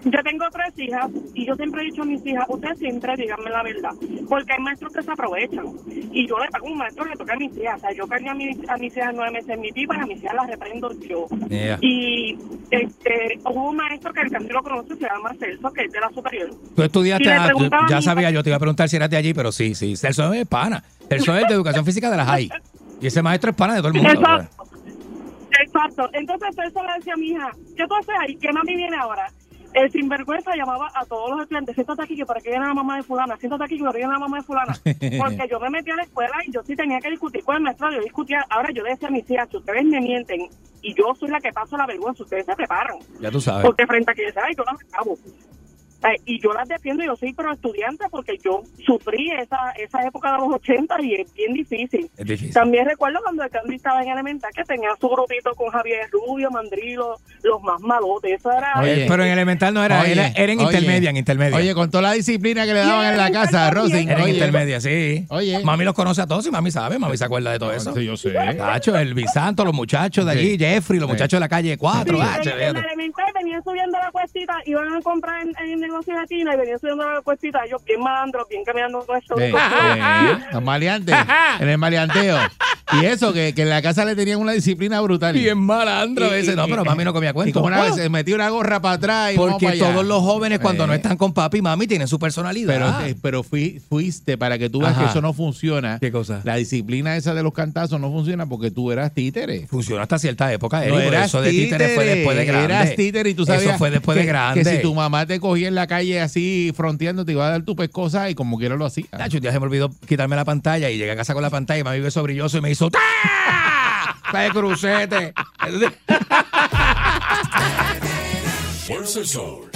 Yo tengo tres hijas y yo siempre he dicho a mis hijas, ustedes siempre díganme la verdad, porque hay maestros que se aprovechan. Y yo le pago a un maestro, le toca a mis hijas. O sea, yo cargué a, mis- a mis hijas nueve meses en mi pipa y a mis hijas las reprendo yo.
Yeah.
Y este, hubo un maestro que el cambio lo conoce, se llama Celso, que es de la superior.
Tú estudiaste,
Y le
ah, tú-
preguntaba a
ya
mi
sabía,
papá.
yo te iba a preguntar si eras de allí, pero sí, sí. Celso es pana. Celso es el de educación física de las high. Y ese maestro es pana de todo el mundo. ¿verdad?
Exacto. Exacto. Entonces eso le decía a mi hija, ¿qué tú haces ahí? ¿Qué mami viene ahora? El sinvergüenza llamaba a todos los estudiantes, siéntate aquí que para que viene la mamá de fulana, siéntate aquí que para que viene la mamá de fulana. Porque yo me metí a la escuela y yo sí tenía que discutir con el maestro, yo discutía, ahora yo le decía a mis hijas, si ustedes me mienten y yo soy la que paso la vergüenza, ustedes se preparan.
pues. Ya tú sabes.
Porque frente a que yo yo las acabo. Ay, y yo las defiendo, yo soy pero estudiante porque yo sufrí esa, esa época de los 80 y es bien difícil.
Es difícil.
También recuerdo cuando el Candy estaba en elemental que tenía su grupito con Javier Rubio, Mandrilo, los más malotes. Eso era.
Oye.
Eh, pero en elemental no era,
Oye,
era, era en
oye.
intermedia, en intermedia.
Oye, con toda la disciplina que le daban en la casa, Rosin.
era en
oye.
intermedia, sí.
Oye.
Mami los conoce a todos y mami sabe, mami se acuerda de todo eso.
Sí, yo sé.
Cacho, el Bisanto, los muchachos de allí,
Sí.
Jeffrey, los
Sí.
muchachos de la calle 4.
Sí, en, en la elemental venían subiendo la cuestita, iban a comprar en, en el negocio de China y venían subiendo la cuestita. Yo, bien malandro, bien caminando con esto.
Sí, sí, los maleantes, en el maleanteo. Y eso, que, que en la casa le tenían una disciplina brutal.
malandro
Y-
ese.
y-
No, pero mami no comía
Y
cuento.
como una
Ah,
vez se metió una gorra para atrás y vamos
Porque
para allá.
todos los jóvenes cuando
Eh.
no están con papi y mami tienen su personalidad.
Pero, eh, pero fui- fuiste para que tú veas
Ajá.
que eso no funciona.
¿Qué cosa?
La disciplina esa de los cantazos no funciona porque tú eras títere.
Funcionó hasta cierta época, Ah, Eric,
No
pero
eras
eso de títere fue después de grande.
Eras títere y tú sabías
Eso fue después de
que-
grande.
Que si tu mamá te cogía en la calle así fronteando, te iba a dar tu pescosa y como quiera lo hacía.
Nacho, un día se me olvidó quitarme la pantalla y llegué a casa con la pantalla y mami vio eso brilloso y me hizo ¡tá! ¡Está de crucete!
Fuerza el sol.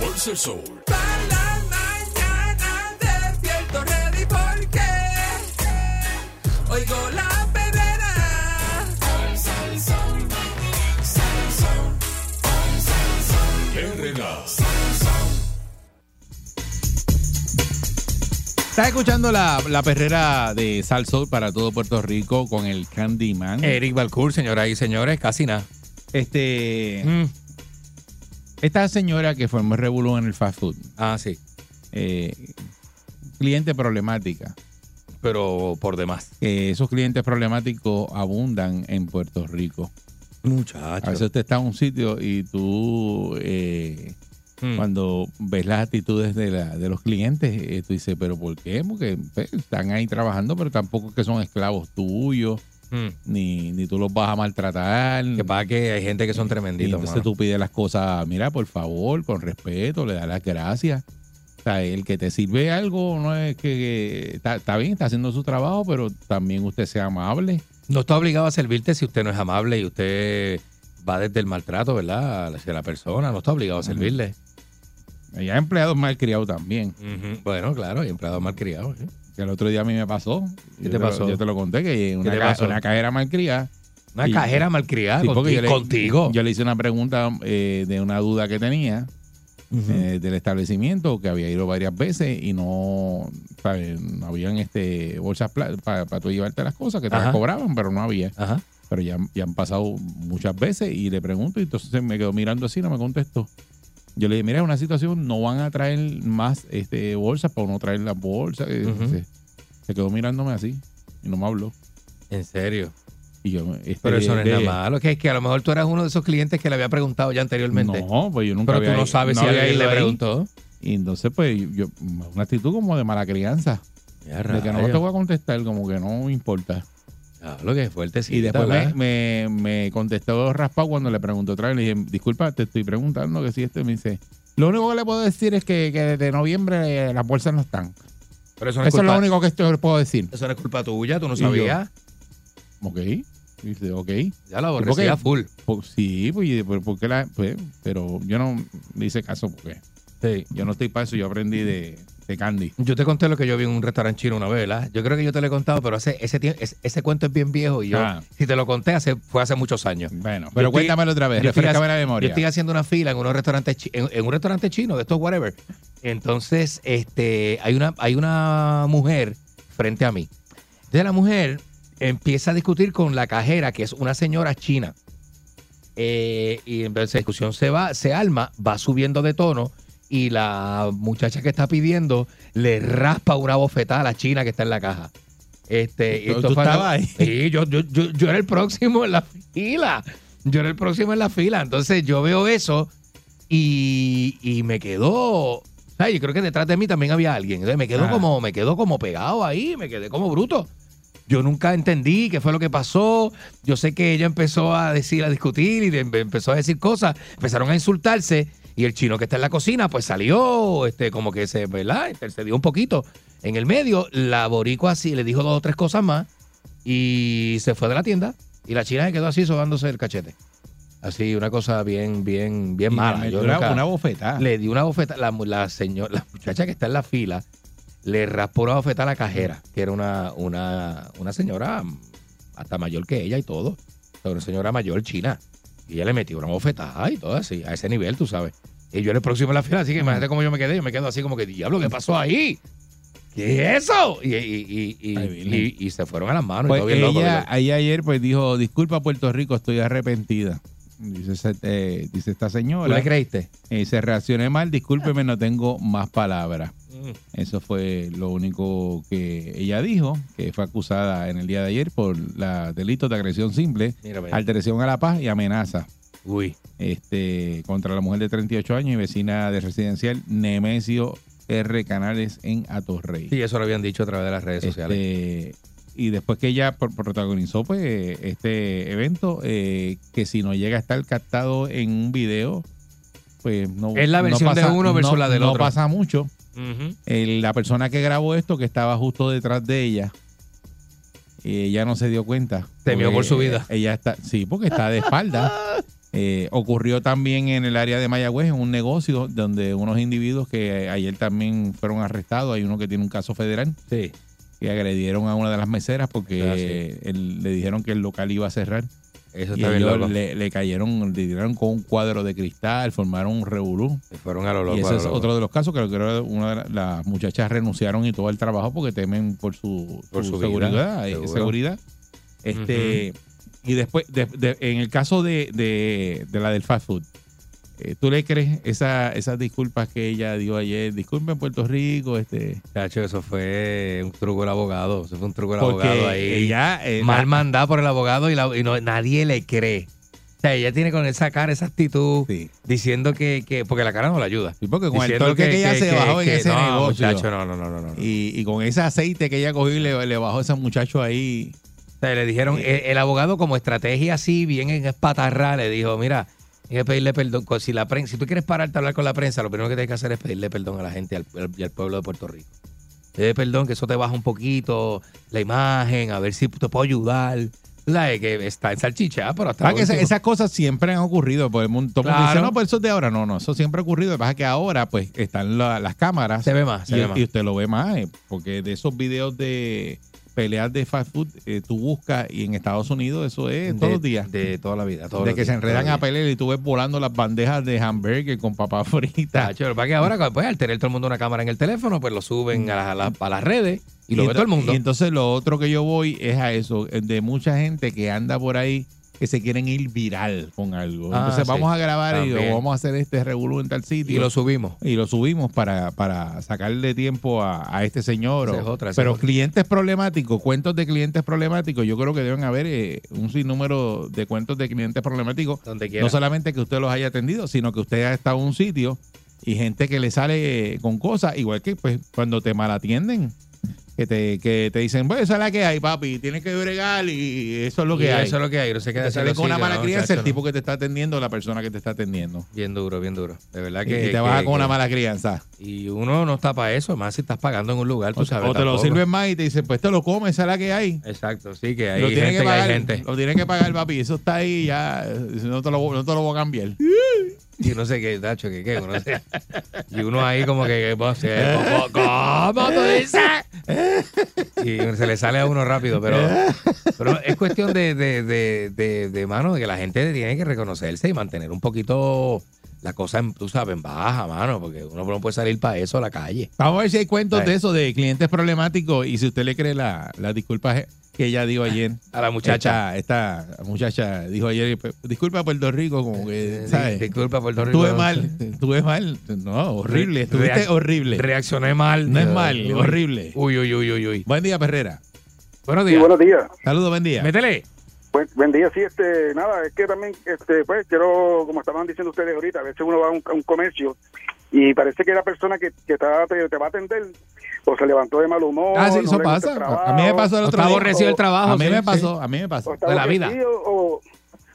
Fuerza el sol.
Oigo la perrera.
Estás escuchando la, la perrera de Salsol para todo Puerto Rico con el Candyman.
Eric Balcour, señoras y señores, casi nada. mm.
Este, esta señora que formó revolú en el fast food,
Ah, sí.
eh, cliente problemática.
Pero por demás.
Eh, esos clientes problemáticos abundan en Puerto Rico. A
Muchachos.
veces usted está en un sitio y tú, eh,
Mm.
cuando ves las actitudes de, la- de los clientes, eh, tú dices, pero ¿por qué? Porque pues, están ahí trabajando, pero tampoco es que son esclavos tuyos, mm. ni, ni tú los vas a maltratar.
Que pasa que hay gente que son
Y
tremenditos.
entonces
mano.
tú pides las cosas, mira, por favor, con respeto, le das las gracias. O sea, el que te sirve algo no es que, que- está, está bien, está haciendo su trabajo, pero también usted sea amable.
No está obligado a servirte si usted no es amable y usted va desde el maltrato, ¿verdad? Hacia la persona. No está obligado a servirle.
Hay empleados malcriados también.
Ujú. Bueno, claro, hay empleados malcriados. ¿eh?
Que el otro día a mí me pasó.
¿Qué
Yo
te
lo-
pasó?
yo te lo conté, que una,
te
ca-
pasó?
una cajera malcriada.
Una
Sí.
cajera malcriada
Sí, porque
conti-
yo le-
contigo.
Yo le hice una pregunta eh, de una duda que tenía eh, del establecimiento, que había ido varias veces y no, ¿sabes? no habían este, bolsas para tú llevarte las cosas, que te las
Ajá.
cobraban, pero no había.
Ajá.
Pero ya, ya han pasado muchas veces y le pregunto y entonces me quedo mirando así, no me contestó. Yo le dije, mira, es una situación, no van a traer más este, bolsas para no traer las bolsas. eh,
Ujú.
se, se quedó mirándome así y no me habló.
En serio.
Y yo, este,
Pero eso no es
de-
nada malo. Que es que a lo mejor tú eras uno de esos clientes que le había preguntado ya anteriormente.
No, pues yo nunca
pero tú
había-
no sabes si
había
alguien
ido
le
ahí.
preguntó.
Y entonces, pues, yo- yo, una actitud como de mala crianza.
Ya,
De que no te voy a contestar, como que no me importa.
lo que es fuerte, sí.
y después me, me, me contestó raspado cuando le pregunté otra vez. Le dije, disculpa, te estoy preguntando que si este me dice. Lo único que le puedo decir es que, que desde noviembre eh, las bolsas no están.
Pero eso no es
Eso es
culpa,
lo único que esto le puedo decir.
eso no es culpa tuya, tú no
Y yo.
sabías.
Ok. Y dice, ok.
Ya la
por qué?
aborrecía full.
Pues sí, pues, y pues, ¿por qué la...? pues, pero yo no le hice caso porque yo no estoy para eso. Yo aprendí de, de Candy.
Yo te conté lo que yo vi en un restaurante chino una vez, ¿verdad? Yo creo que yo te lo he contado, pero hace, ese, tie- es- ese cuento es bien viejo y yo,
Ah.
si te lo conté, hace, fue hace muchos años.
Bueno,
Yo
pero
estoy-
cuéntamelo otra vez.
yo estoy
Refrescame
haci-
la memoria.
Yo estoy haciendo una fila en, unos restaurantes chi- en, en un restaurante chino, de estos whatever. Entonces, este, hay una, hay una mujer frente a mí. Entonces la mujer empieza a discutir con la cajera, que es una señora china. Eh, y entonces la discusión se va, se alma, va subiendo de tono y la muchacha que está pidiendo le raspa una bofetada a la china que está en la caja. Este, y
Pero tú
fue algo-
estabas ahí.
Sí, yo, yo, yo, yo era el próximo en la fila. Yo era el próximo en la fila. Entonces yo veo eso y, y me quedó. ¿sabes? Yo creo que detrás de mí también había alguien. Entonces me quedó
Ah.
como, me quedó como pegado ahí, me quedé como bruto. Yo nunca entendí qué fue lo que pasó. Yo sé que ella empezó a decir, a discutir y de- empezó a decir cosas. Empezaron a insultarse y el chino que está en la cocina pues salió, este, como que se, ¿verdad? Intercedió un poquito. En el medio, la boricua así le dijo dos o tres cosas más y se fue de la tienda y la china se quedó así sobándose el cachete. Así, una cosa bien, bien, bien
Y me
mala.
metió
Yo
una,
nunca-
una bofetada.
le di una bofeta. La, mu- la, señor- la muchacha que está en la fila le raspó una bofeta a la cajera, que era una, una, una señora hasta mayor que ella y todo. O sea, Una señora mayor china. Y ella le metió una bofetada y todo así, a ese nivel, tú sabes. Y yo era el próximo en la fila, así que imagínate cómo yo me quedé. Yo me quedo así como que, diablo, ¿qué pasó ahí? ¿Qué es eso? Y, y- y- y-
Ay, Virgen.
y- y se fueron a las manos. Ah, y
Pues
todo bien loco,
ella,
¿verdad?
ella ayer pues dijo, disculpa Puerto Rico, estoy arrepentida. Dice, ese- eh, dice esta
¿Tú
señora.
le creíste?
eh, dice, reaccioné mal, discúlpeme, no tengo más palabras.
Mm,
Eso fue lo único que ella dijo, que fue acusada en el día de ayer por la delito de agresión simple,
Mira, ve.
alteración a la paz y amenaza
Uy.
este, contra la mujer de 38 años y vecina de residencial Nemesio R. Canales en Atorrey.
Sí, eso lo habían dicho a través de las redes sociales.
Este, y después que ella pro- protagonizó pues este evento, eh, que si no llega a estar captado en un video, pues no
Es la
no
versión de uno versus
no-
la del
no
otro.
pasa mucho.
Ujú.
El- la persona que grabó esto, que estaba justo detrás de ella, eh, ella no se dio cuenta.
Temió
Porque
por su vida.
Ella está, sí, porque está de espalda. Eh, ocurrió también en el área de Mayagüez, en un negocio donde unos individuos que ayer también fueron arrestados, hay uno que tiene un caso federal,
Sí.
que agredieron a una de las meseras porque
Ah, sí.
él- le dijeron que el local iba a cerrar.
Eso
Y
está bien loco.
ellos le, le cayeron, le tiraron con un cuadro de cristal, formaron un revolú.
Se fueron a lo loco.
Y
a
ese
lo
es
loco.
otro de los casos que creo que una de la- las muchachas renunciaron y todo el trabajo porque temen por su,
Por su vida,
seguridad. eh,
seguro.
seguridad. Este, Y después, de- de- en el caso de, de- de la del fast food, eh, ¿tú le crees esa- esas disculpas que ella dio ayer? Disculpen Puerto Rico, este,
Chacho, eso fue un truco del abogado. Eso fue un truco del
porque
abogado ahí.
ella... eh,
Mal
la-
mandada por el abogado y, la- y no- nadie le cree. O sea, ella tiene con esa cara, esa actitud,
sí.
diciendo que, que. Porque la cara no la ayuda.
Sí, porque con el
Diciendo
torque que, ella se bajó en
que-
ese
no,
negocio
muchacho, no, no, no, no. no.
y, y con ese aceite que ella cogió y le, le bajó a ese muchacho ahí...
O sea, le dijeron, el, el abogado, como estrategia así, bien en espatarra, le dijo: Mira, hay que pedirle perdón. con- Si, la prensa, si tú quieres pararte a hablar con la prensa, lo primero que tienes que hacer es pedirle perdón a la gente y al, al- y al pueblo de Puerto Rico. Eh, perdón, que eso te baja un poquito la imagen, a ver si te puedo ayudar. La de que está en salchicha, pero hasta.
Ah, que esa-
último.
esas cosas siempre han ocurrido. Pues, el mundo, todo el mundo
Claro.
dice, no, pues eso es de ahora. No, no, eso siempre ha ocurrido. Lo que pasa es que ahora pues están la- las cámaras
Se ve más, se
y,
ve más.
y usted lo ve más. eh, porque de esos videos de peleas de fast food, eh, tú buscas y en Estados Unidos eso es todos los días. De,
De toda la vida. todos los
que se
días, todos
enredan
los
a pelear y tú ves volando las bandejas de hamburger con papas
días.
fritas.
Tacho, pero para que ahora, pues, al tener todo el mundo una cámara en el teléfono, pues lo suben a, las- a las- a las redes y lo ve
ento-
todo el mundo.
Mm. y entonces lo otro que yo voy es a eso, eh, de mucha gente que anda por ahí que se quieren ir viral con algo.
Ah,
entonces
sí.
vamos a grabar y
También.
o vamos a hacer este revolú en tal sitio.
y lo subimos.
y lo subimos para, para sacarle tiempo a, a este señor.
Esa es
o-
otra, esa
pero
es otra.
clientes problemáticos, cuentos de clientes problemáticos, yo creo que deben haber eh, un sinnúmero de cuentos de clientes problemáticos.
Donde quiera.
No solamente que usted los haya atendido, sino que usted ha estado en un sitio y gente que le sale eh, con cosas, igual que pues cuando te malatienden. que te, que te dicen, bueno, esa es la que hay, papi, tienes que bregar y eso es lo que
Y
hay.
Eso es lo que hay. No se queda
te sale con una mala crianza el tipo
que...
que te está atendiendo o la persona que te está atendiendo.
Bien duro, bien duro. De verdad
Y
que.
te
que-
baja con
que-
una mala crianza.
Y uno no está para eso, más si estás pagando en un lugar, tú
O,
sabes.
o te lo
tampoco.
sirven más y te dicen, pues te lo comes, esa es la que hay.
Exacto, sí, que hay
lo
gente
tienes
que,
que pagar,
hay gente.
lo tienes que pagar, papi. Eso está ahí ya. eh, No te lo, no te lo voy a cambiar.
Y no sé qué, Tacho, que qué, uno sé. Y uno ahí como que, que, pues, eh, ¿cómo, cómo tú dices? Y se le sale a uno rápido, pero, pero es cuestión de, de, de, de, de, mano, de que la gente tiene que reconocerse y mantener un poquito la cosa, en, tú sabes, en baja, mano, porque uno no puede salir para eso a la calle.
Vamos a ver si hay cuentos
Ay.
de eso, de clientes problemáticos. Y si usted le cree la- las disculpas que ella dio ayer.
A la muchacha.
Esta, esta muchacha dijo ayer, pues, disculpa Puerto Rico, como que,
Eh,
¿sabes?
Disculpa, Puerto Rico.
Estuve mal, estuve mal. No, horrible, estuviste
Reac-
horrible.
Reaccioné mal.
No es mal,
Uy.
horrible.
Uy, uy, uy, uy, uy.
Buen día, Perrera.
Buenos
Sí,
días.
buenos días.
Saludos, buen día.
Métele.
Buen, buen día, sí, este, nada, es que también, este, pues, quiero, como estaban diciendo ustedes ahorita, a veces uno va a un, a un comercio y parece que la persona que, que está- te, te va a atender o se levantó de mal humor.
Ah, sí,
no
eso
le
pasa.
gusta el
A mí me pasó el
No
otro
está
día.
aborrecido el trabajo.
A mí
sí,
me
sí.
pasó, a mí me pasó.
Pues
o está
de la vida.
aborrecido, O,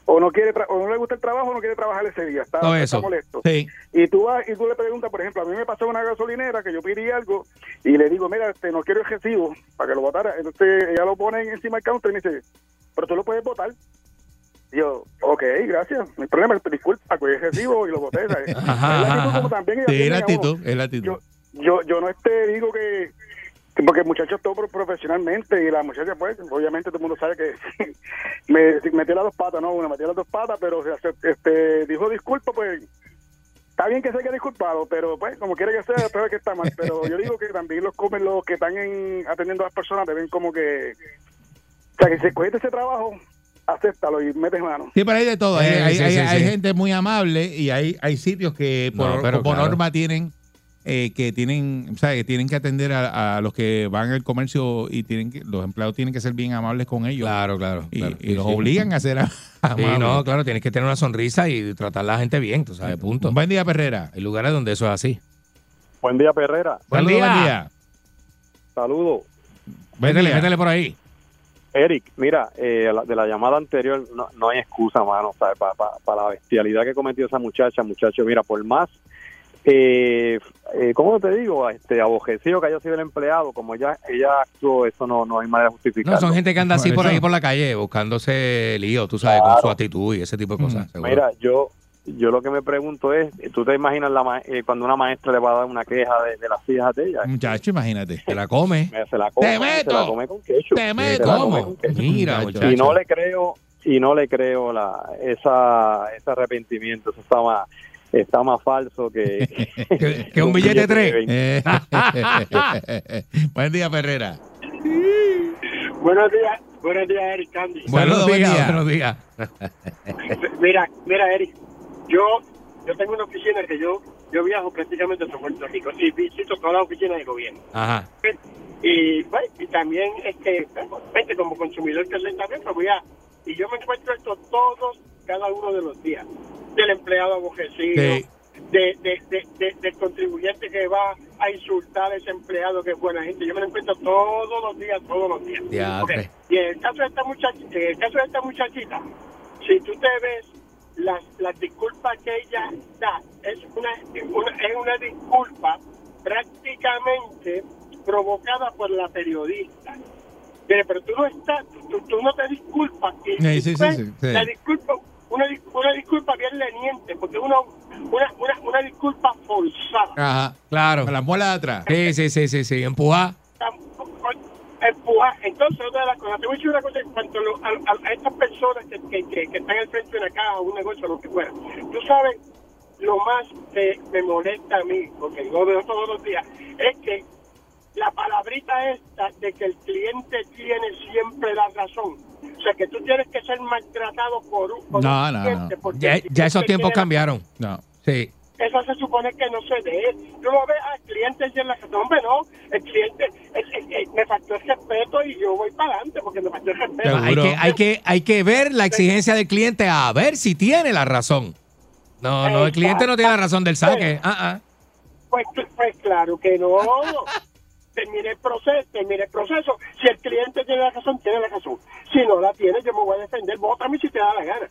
o no quiere tra- o no le gusta el trabajo o no quiere trabajar ese día, está,
Todo
está
eso.
molesto.
Sí.
Y tú vas y tú le preguntas, por ejemplo, a mí me pasó en una gasolinera que yo pedí algo y le digo, mira, este, no quiero el recibo para que lo votara. Entonces ella lo pone encima del counter y me dice, pero tú lo puedes votar. Y yo, ok, gracias, no hay problema, pero disculpa, cogí el recibo y lo voté. ¿sabes? Es
Ajá,
la actitud
ajá,
como también ella
Sí,
tiene,
es la
digamos,
actitud, es la actitud.
yo, yo, yo no este digo que, que porque el muchacho actuó pro- profesionalmente y la muchacha pues obviamente todo el mundo sabe que me me metió las dos patas, no, una metió las dos patas, pero o sea, se- este dijo disculpa pues está bien que se haya disculpado, pero pues como quiera que sea, pero es que está mal, pero yo digo que también los comen los que están en- atendiendo a las personas te ven como que o sea, que si escogiste ese trabajo, acéptalo y metes mano.
Sí, pero hay de todo. Hay,
Eh,
hay-
sí,
hay-
sí,
hay
sí.
gente muy amable y hay, hay sitios que por,
No, pero
como
claro.
norma tienen eh, que tienen, o sea, que tienen que atender a, a los que van al comercio y tienen que, los empleados tienen que ser bien amables con ellos.
Claro, claro.
y,
claro.
y
Sí,
los
sí.
obligan a ser a-
Sí,
amables.
no, claro, tienes que tener una sonrisa y tratar a la gente bien, tú sabes, punto.
Buen día, Perrera.
Hay lugares donde eso es así.
Buen día, Perrera.
Buen
Saludos,
día.
Saludos.
Buen
Métele,
día.
métele por ahí.
Eric, mira, eh, la- de la llamada anterior no, no hay excusa, mano, para la bestialidad que cometió esa muchacha, muchacho. Mira, por más, eh, eh, ¿cómo te digo? Este abojecido que haya sido el empleado, como ella, ella actuó, eso no, no hay manera
No,
de justificarlo.
son gente que anda así
Por
por
eso.
ahí por la calle buscándose lío, tú sabes, con
Claro.
su actitud y ese tipo
Mm.
de cosas. seguro.
Mira, yo yo lo que me pregunto es, ¿tú te imaginas la ma- eh, cuando una maestra le va a dar una queja de, de las hijas de ella?
Muchacho, imagínate.
Te la come.
Me- Se la come,
¡Te
se la
meto!
come con ketchup.
¡Te
Se la
meto!
come
¿Cómo?
con ketchup.
Mira,
Muchacho.
muchacho.
y no le creo y no le creo la esa ese arrepentimiento eso está más está más falso que
Que, que un billete de tres.
Eh, buen día, Perrera.
Buenos días, buenos días, Eric Candy.
Buenos
Saludos, buen
días,
día.
buenos días.
Mira, mira, Eric, yo, yo tengo una oficina que yo, yo viajo prácticamente por Puerto Rico y visito todas las oficinas del gobierno.
Ajá.
Y, pues, y también, este, vente, como consumidor que soy también, pues voy a, y yo me encuentro esto todos, cada uno de los días, del empleado abojecido,
Sí.
de, de, de, de- del contribuyente que va a insultar a ese empleado que es buena gente. Yo me lo encuentro todos los días, todos los días.
Diatre.
Ok, Y en el caso de esta muchachita, en el caso de esta muchachita, si tú te ves las, las disculpas que ella da, es una, una- es una disculpa prácticamente provocada por la periodista. Mire, pero tú no estás, tú, tú no te disculpas. Y
Sí, sí, sí,
fue
sí, sí.
la disculpa, una, dis- una disculpa bien leniente, porque una, una, una, una disculpa forzada.
Ajá.
Claro.
Con las muelas de atrás.
Sí, sí, sí, sí, sí. Empujar.
tampoco empujar. Entonces, otra de las cosas, te voy a decir una cosa en cuanto a, lo- a- a- a estas personas que, que, que- que están al frente de una caja, un negocio, lo que fuera. Tú sabes, lo más que me molesta a mí, porque yo veo todos los días, es que la palabrita esta de que el cliente tiene siempre la razón. O sea, que tú tienes que ser maltratado por un, por
No,
un
no,
cliente.
no.
porque
Ya,
el
ya esos
cliente
tiempos
tiene la-
cambiaron.
No.
Sí.
eso se supone que no se dé. Tú lo ves al cliente y en la no, hombre, no, el cliente el- el- el- me faltó el respeto y yo voy para adelante porque me faltó el respeto.
Hay
Seguro.
que, hay, que, hay que ver la exigencia del cliente a ver si tiene la razón. No, no, el cliente no tiene la razón del saque. Ah, ah.
Pues, cl- pues claro que no. termine el proceso, termine el proceso. Si el cliente tiene la razón, tiene la razón. Si no la tiene, yo me voy a defender, mí si te da la gana.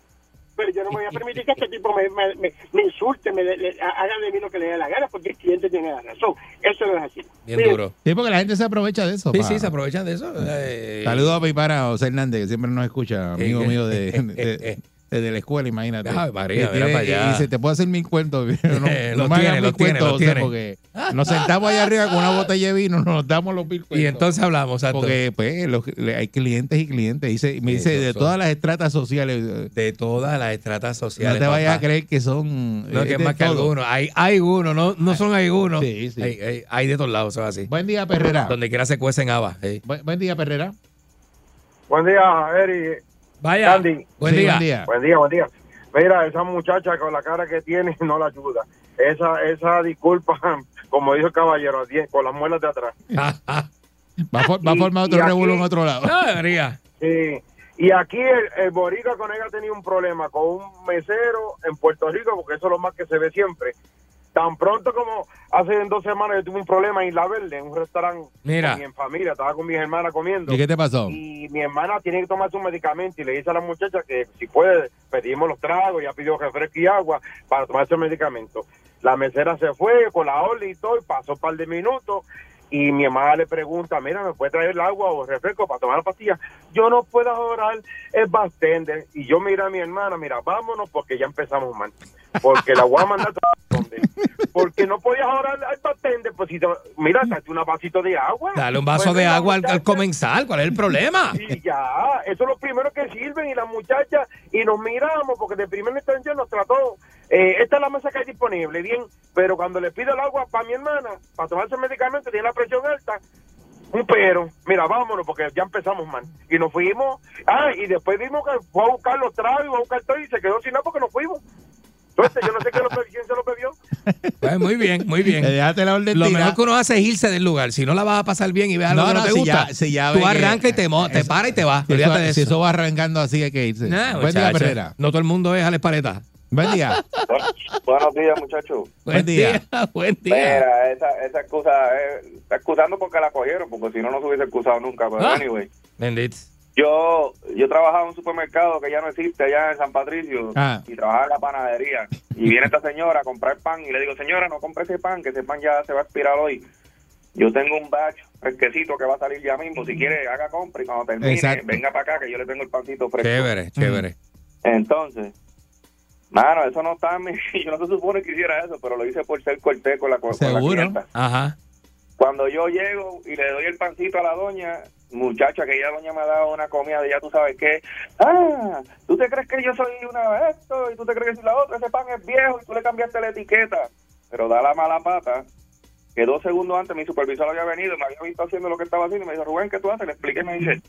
Pero yo no me voy a permitir que este tipo me, me- me- me insulte, me le- le- haga de mí lo que le dé la gana, porque el cliente tiene la razón. Eso no es así.
Bien
Mire,
duro.
Sí, porque la gente se aprovecha de eso.
Sí,
pa.
sí, se aprovechan de eso. eh,
Saludos a Pipara José Hernández, que siempre nos escucha, amigo
Eh,
mío de,
eh,
de- de-
eh.
desde la escuela, imagínate.
Ave María,
Que
mira
tiene-
para allá.
Y se te puede hacer mil cuentos. No,
Eh,
no
los
me hagas
tiene,
mil
los tiene,
cuentos,
los
José,
tiene.
porque nos sentamos allá arriba con una botella de vino, nos damos los mil cuentos.
Y entonces hablamos, exacto.
pues, porque pues, los- le- hay clientes y clientes. Dice, me
Sí,
dice,
yo
de
soy-
todas las estratas sociales, eh,
de todas las estratas
no
sociales.
te vayas a
papá.
creer que son...
No,
es
que es
de
más que
todo.
algunos. Hay, hay algunos, no, no son algunos.
Sí, sí.
Hay, hay- hay de todos lados, eso es así.
Buen día, Perrera.
Donde quiera se cuecen habas. eh.
Buen, buen día, Perrera.
Buen día, Eri.
Vaya.
Andy.
Buen
Sí,
día.
Buen día.
Buen día, buen día. Mira, esa muchacha con la cara que tiene no la ayuda. Esa esa disculpa, como dijo el caballero, die- con las muelas de atrás.
Ah, ah.
Va, a for- va a
Y-
formar
y
otro
aquí-
revuelo en otro lado.
No, debería.
Sí. Y aquí el, el Borica con él ha tenido un problema con un mesero en Puerto Rico, porque eso es lo más que se ve siempre. Tan pronto como hace dos semanas yo tuve un problema en La Verde, en un restaurante
Mira.
con mi familia, estaba con mis hermanas comiendo.
¿Y qué te pasó?
y mi hermana tiene que tomar su medicamento y le dice a la muchacha que si puede pedimos los tragos, ya pidió refresco y agua para tomar ese medicamento. La mesera se fue con la ola y todo, y pasó un par de minutos y mi hermana le pregunta, mira, ¿me puede traer el agua o refresco para tomar la pastilla? Yo no puedo orar, es bartender. Y yo mira a mi hermana, mira, vámonos porque ya empezamos mal. Porque la voy a mandar a donde. Porque no podías orar al bartender, pues si te- mira, date un vasito de agua.
Dale un vaso
Pues,
de
la
agua al, al
muchacha-
comensal. ¿Cuál es el problema?
y ya, eso es lo primero que sirven y las muchachas, y nos miramos porque de primera instancia nos trató, eh, esta es la mesa que hay disponible, bien, pero cuando le pido el agua para mi hermana, para tomarse el medicamento, tiene la presión alta, un pero, mira, vámonos porque ya empezamos mal. Y nos fuimos, ah, y después vimos que fue a buscar los tragos, fue a buscar todo y se quedó sin nada porque nos fuimos. Entonces, yo no sé qué lo, quién se lo bebió.
Pues muy bien, muy
Te
bien.
dejaste la orden
Lo
tirada.
mejor que uno hace es irse del lugar. Si no la vas a pasar bien y ves algo
No,
que no
no,
te
si
gusta,
ya- si ya
tú
ve que- eh,
arrancas y te, mo- te
eso-
paras y te vas.
Si eso,
Olvídate de
si
eso.
eso va arrancando así hay que irse.
Nah,
Buen día,
muchacha.
Perrera.
No todo el mundo es Alex Pareta.
Buen día.
Buenos días, muchachos.
Buen día.
Buen día. Ah.
Mira, esa, esa excusa, eh, está excusando porque la cogieron, porque si no, no se hubiese excusado nunca. Pero,
Ah.
anyway,
Bendito.
yo, yo trabajaba en un supermercado que ya no existe allá en San Patricio
Ah.
y trabajaba en la panadería. Y viene esta señora a comprar pan y le digo, señora, no compre ese pan, que ese pan ya se va a expirar hoy. Yo tengo un batch fresquecito que va a salir ya mismo. Si quiere, haga compra y cuando termine,
Exacto.
venga para acá que yo le tengo el pancito fresco.
Chévere, chévere.
Entonces, mano, eso no está. en mi- Yo no se supone que hiciera eso, pero lo hice por ser cortés con la, co- con la
Seguro.
clienta.
Ajá.
Cuando yo llego y le doy el pancito a la doña, muchacha, que ya doña me ha dado una comida de ya tú sabes qué. Ah, ¿tú te crees que yo soy una de esto y tú te crees que soy la otra? Ese pan es viejo y tú le cambiaste la etiqueta. Pero da la mala pata que dos segundos antes mi supervisor había venido, me había visto haciendo lo que estaba haciendo y me dijo, Rubén, ¿qué tú haces? Le expliqué y me dice,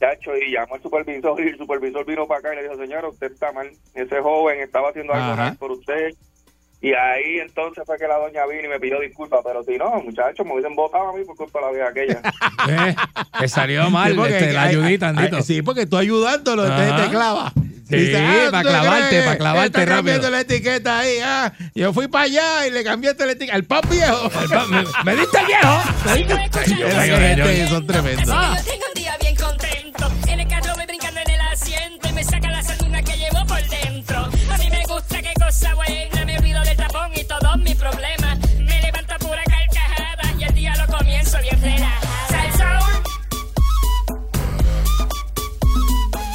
chacho, y llamó al supervisor y el supervisor vino para acá y le dijo, señora, usted está mal, ese joven estaba haciendo algo
Ajá.
mal por usted. Y ahí entonces fue que la doña vino y me pidió disculpas, pero si no, muchachos, me hubiesen votado a mí por culpa de la vieja aquella.
Eh, te salió mal
Sí, porque
este, la
hay-
ayudita,
hay-
Andito.
sí, porque tú ayudándolo, entonces
Ajá.
te clava. "Ah,
Sí, pa'
¿tú
clavarte,
crees?
pa' clavarte
Está
rápido.
cambiando la etiqueta ahí. Ah, yo fui para allá y le cambiaste la etiqueta. Al pan viejo.
Al pa- me, me diste el viejo. Me diste- Ay, yo,
Esa
yo, yo,
gente
yo.
son tremendos.
Así que yo tengo un día bien contento. En el carro voy brincando en el asiento y me saca la sanduna que llevo por dentro. A mí me gusta qué cosa buena, me olvido del tapón y todos mis problemas. Me levanto a pura carcajada y el día lo comienzo bien relajada. Sal Soul.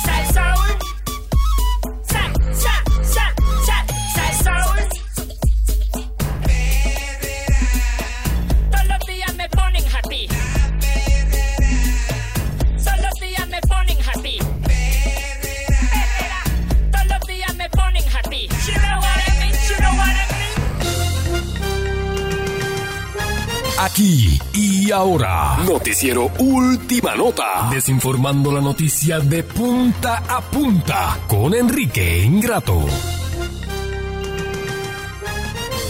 Sal Soul. Sal, sal, sal, sal, sal Soul. Todos los días me ponen happy. Todos los días me ponen happy. Perrera. Todos los días me ponen happy. You know what I mean, you know what I mean.
Aquí y ahora, noticiero Última Nota, desinformando la noticia de punta a punta con Enrique Ingrato.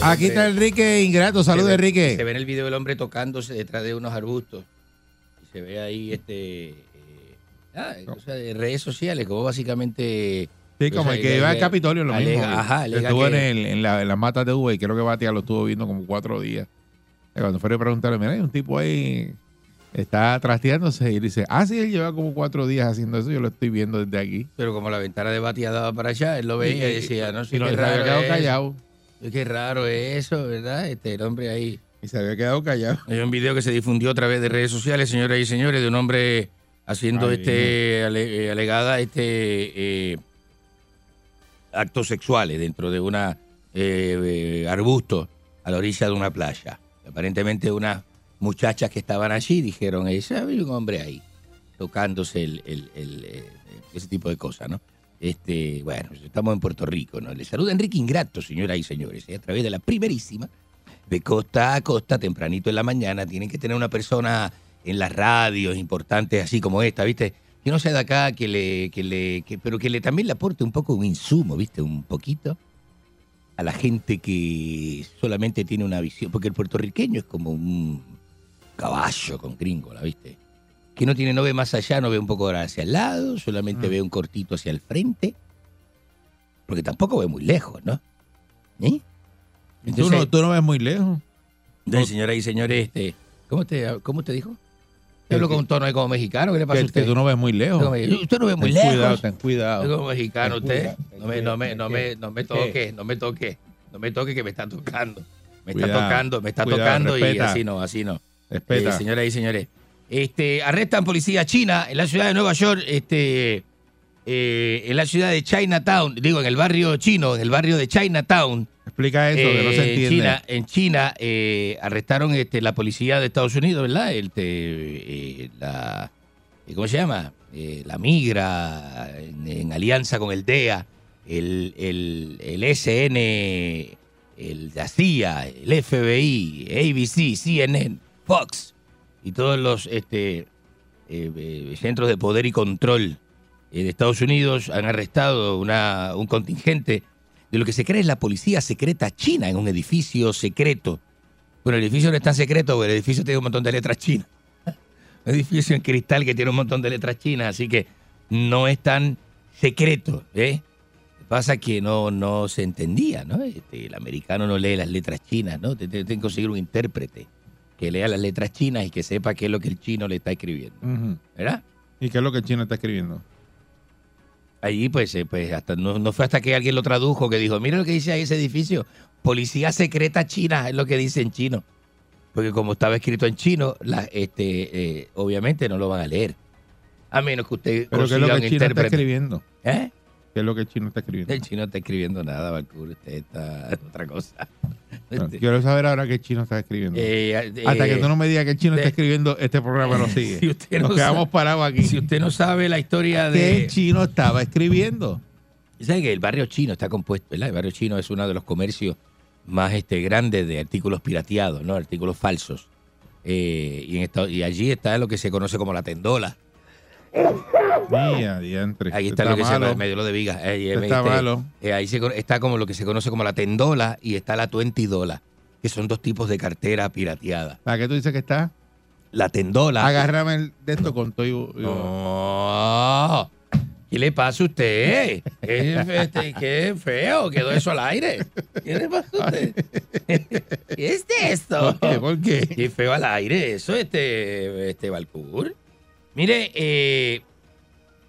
Aquí está Enrique Ingrato. Saludos,
Se ve- Se
Enrique.
ve en el video del hombre tocándose detrás de unos arbustos. Y se ve ahí este. eh, ah, o sea, de redes sociales, como básicamente.
Sí, como
o sea,
el que iba al
alega-
Capitolio, lo
alega-
mismo.
Ajá, alega
Estuvo en,
que-
el- en la- en las matas de Uva y creo que Batia lo estuvo viendo como cuatro días. Y Cuando fueron a preguntarle, mira, hay un tipo ahí Está trasteándose y dice, ah, sí, él lleva como cuatro días haciendo eso, yo lo estoy viendo desde aquí.
Pero como la ventana de batida daba para allá, él lo veía y decía, no sé,
y no,
qué
se había
raro
quedado
es.
callado.
Qué raro es eso, ¿verdad? Este, el hombre ahí.
Y se había quedado callado.
Hay un video que se difundió a través de redes sociales, señoras y señores, de un hombre haciendo
Ay,
este ale- eh, alegada este eh, actos sexuales dentro de una eh, eh, arbusto a la orilla de una playa. Aparentemente unas muchachas que estaban allí dijeron, ese hay un hombre ahí tocándose el, el- el, eh, ese tipo de cosas, ¿no? Este, bueno, estamos en Puerto Rico, ¿no? Les saluda Enrique Ingrato, señoras y señores, eh, a través de la primerísima de costa a costa, tempranito en la mañana, tienen que tener una persona en las radios importantes así como esta, ¿viste? Que no sea de acá, que le, que le, que- pero que le también le aporte un poco un insumo, ¿viste? Un poquito a la gente que solamente tiene una visión, porque el puertorriqueño es como un caballo con gringola, ¿viste? Que no tiene, no ve más allá, no ve un poco hacia el lado, solamente ve un cortito hacia el frente, porque tampoco ve muy lejos, ¿no? ¿Eh?
tú, no, tú no ves muy lejos.
Entonces, señoras y señores, este, ¿cómo usted, cómo usted dijo? Yo hablo con un tono de como mexicano, ¿qué le pasa a
Que, que
usted?
tú no ves muy lejos.
Yo me- usted no ve muy
ten
lejos.
Cuidado, ten
Yo
cuidado.
como mexicano
Ten
usted.
cuidado,
No me, no me, no me, no me toque, no me toque, no me toque que me está tocando. Me está
Cuidado,
tocando, me está
cuidado,
tocando y
respeta.
así no, así no.
Respeta.
Eh, señoras y señores. Este, arrestan policía china en la ciudad de Nueva York, este, eh, en la ciudad de Chinatown, digo, en el barrio chino, en el barrio de Chinatown.
Explica eso, que no
Eh,
se
en
entiende.
China, en China eh, arrestaron este, la policía de Estados Unidos, ¿verdad? Este, eh, la, eh, ¿Cómo se llama? Eh, la migra, en, en alianza con el DEA, el, el, el SN, el la CIA, el FBI, ABC, CNN, Fox y todos los este, eh, eh, centros de poder y control eh, de Estados Unidos han arrestado una, un contingente de lo que se cree es la policía secreta china en un edificio secreto. Bueno, el edificio no es tan secreto, porque el edificio tiene un montón de letras chinas. Un edificio en cristal que tiene un montón de letras chinas, así que no es tan secreto, ¿eh? Pasa que no, no se entendía, ¿no? Este, el americano no lee las letras chinas, ¿no? Te- te- Tienen que conseguir un intérprete que lea las letras chinas y que sepa qué es lo que el chino le está escribiendo,
Ujú.
¿verdad?
¿Y qué es lo que China está escribiendo?
Allí, pues, eh, pues hasta no, no fue hasta que alguien lo tradujo que dijo, mira lo que dice ahí ese edificio, policía secreta china, es lo que dice en chino. Porque como estaba escrito en chino, la- este, eh, obviamente no lo van a leer. A menos que usted
Pero ¿qué es
consiga
lo que
un
China está
intérprete.
escribiendo?
¿Eh?
¿Qué es lo que China está escribiendo?
El chino no está escribiendo nada, Balcour, usted está en otra cosa.
Bueno, Ah, quiero saber ahora qué China está escribiendo.
este. Eh, eh,
Hasta que tú no me digas que Chino
de-
está escribiendo, este programa no sigue.
Si usted no
Nos quedamos
sabe-
parados aquí.
Si usted no sabe la historia
¿Qué
de...
el Chino estaba escribiendo?
¿Sabe que el barrio chino está compuesto, ¿verdad? El barrio chino es uno de los comercios más este, grandes de artículos pirateados, ¿no? Artículos falsos. Eh, y, en esta- y allí está lo que se conoce como la tendola.
Mía, diantre.
Ahí
Este
está, lo que se
malo.
medio lo de vigas. Eh, eh,
Este está malo.
eh, ahí se cono- está como lo que se conoce como la tendola y está la tuentidola, que son dos tipos de cartera pirateada.
¿Para qué tú dices que está?
La tendola.
Agárrame el de esto con todo. y- y-
No. ¿Qué le pasa a usted? ¿Qué, este, qué feo, quedó eso al aire. ¿Qué le pasa a usted? ¿Qué es de esto?
¿Por qué? ¿Por qué?
Qué feo al aire eso, este, este Balcour. Mire, eh,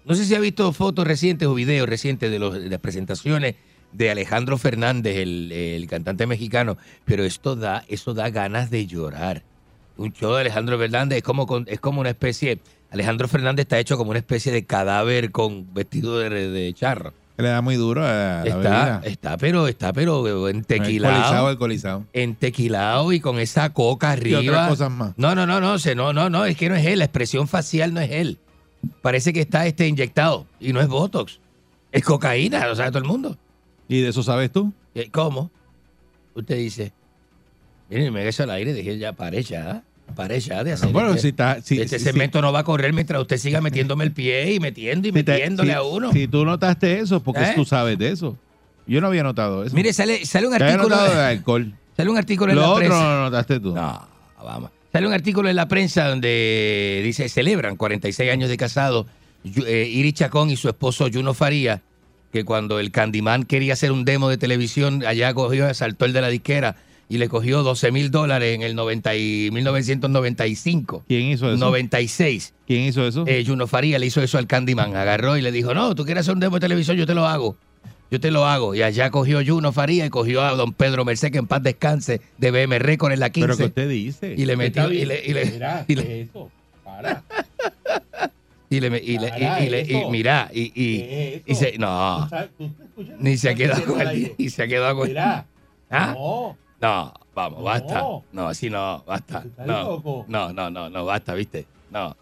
no sé si ha visto fotos recientes o videos recientes de, los- de las presentaciones de Alejandro Fernández, el, el cantante mexicano, pero esto da, eso da ganas de llorar. Un show de Alejandro Fernández es como, con- es como una especie, Alejandro Fernández está hecho como una especie de cadáver con vestido de, de charro.
Le da muy duro a la
Está,
bebida.
está, pero está, pero
Alcoholizado,
entequilado,
alcoholizado.
entequilado y con esa coca
Y
arriba.
otras cosas más.
No, no, no, no, se- no, no, no, es que no es él, la expresión facial no es él. Parece que está este inyectado y no es Botox. Es cocaína, lo sabe todo el mundo.
¿Y de eso sabes tú?
Eh, ¿Cómo? Usted dice, miren, me eso al aire, dije ya, pare ya, pare ya de hacer.
Ah, Bueno,
este,
si está. Si,
este
si-
cemento no va a correr mientras usted siga metiéndome el pie y metiendo y
si te-
metiéndole
si-
a uno.
Si tú notaste eso, porque
¿Eh?
tú sabes de eso. Yo no había notado eso.
Mire, sale, sale un
Yo había
artículo.
notado de alcohol.
Sale un artículo en
Lo
la
otro
prensa.
no lo notaste tú.
No, vamos. Sale un artículo en la prensa donde dice, celebran 46 años de casado Yu- eh, Iris Chacón y su esposo Juno Faría, que cuando el Candyman quería hacer un demo de televisión, allá cogió, saltó el de la disquera y le cogió 12 mil dólares en el 90 y 1995.
¿Quién hizo eso?
96.
¿Quién hizo eso?
Eh, Juno Faría le hizo eso al Candyman. Agarró y le dijo, no, tú quieres hacer un demo de televisión, yo te lo hago. Yo te lo hago. Y allá cogió Juno Faría y cogió a don Pedro Merced, que en paz descanse, de BM Record en la 15.
Pero que usted dice.
Y le
Está
metió, Ah, y
bien.
le, y le-
Mira,
y le-
¿qué es eso? Para.
y le, y le- y- y le- y
eso.
mira, y, y, y se,
Ah.
no, ni se ha quedado con el- y se ha quedado con ¿Ah?
No.
No, vamos, basta.
No.
No, así no, basta.
¿Estás
No,
loco?
no, no, no, no, basta, viste. No.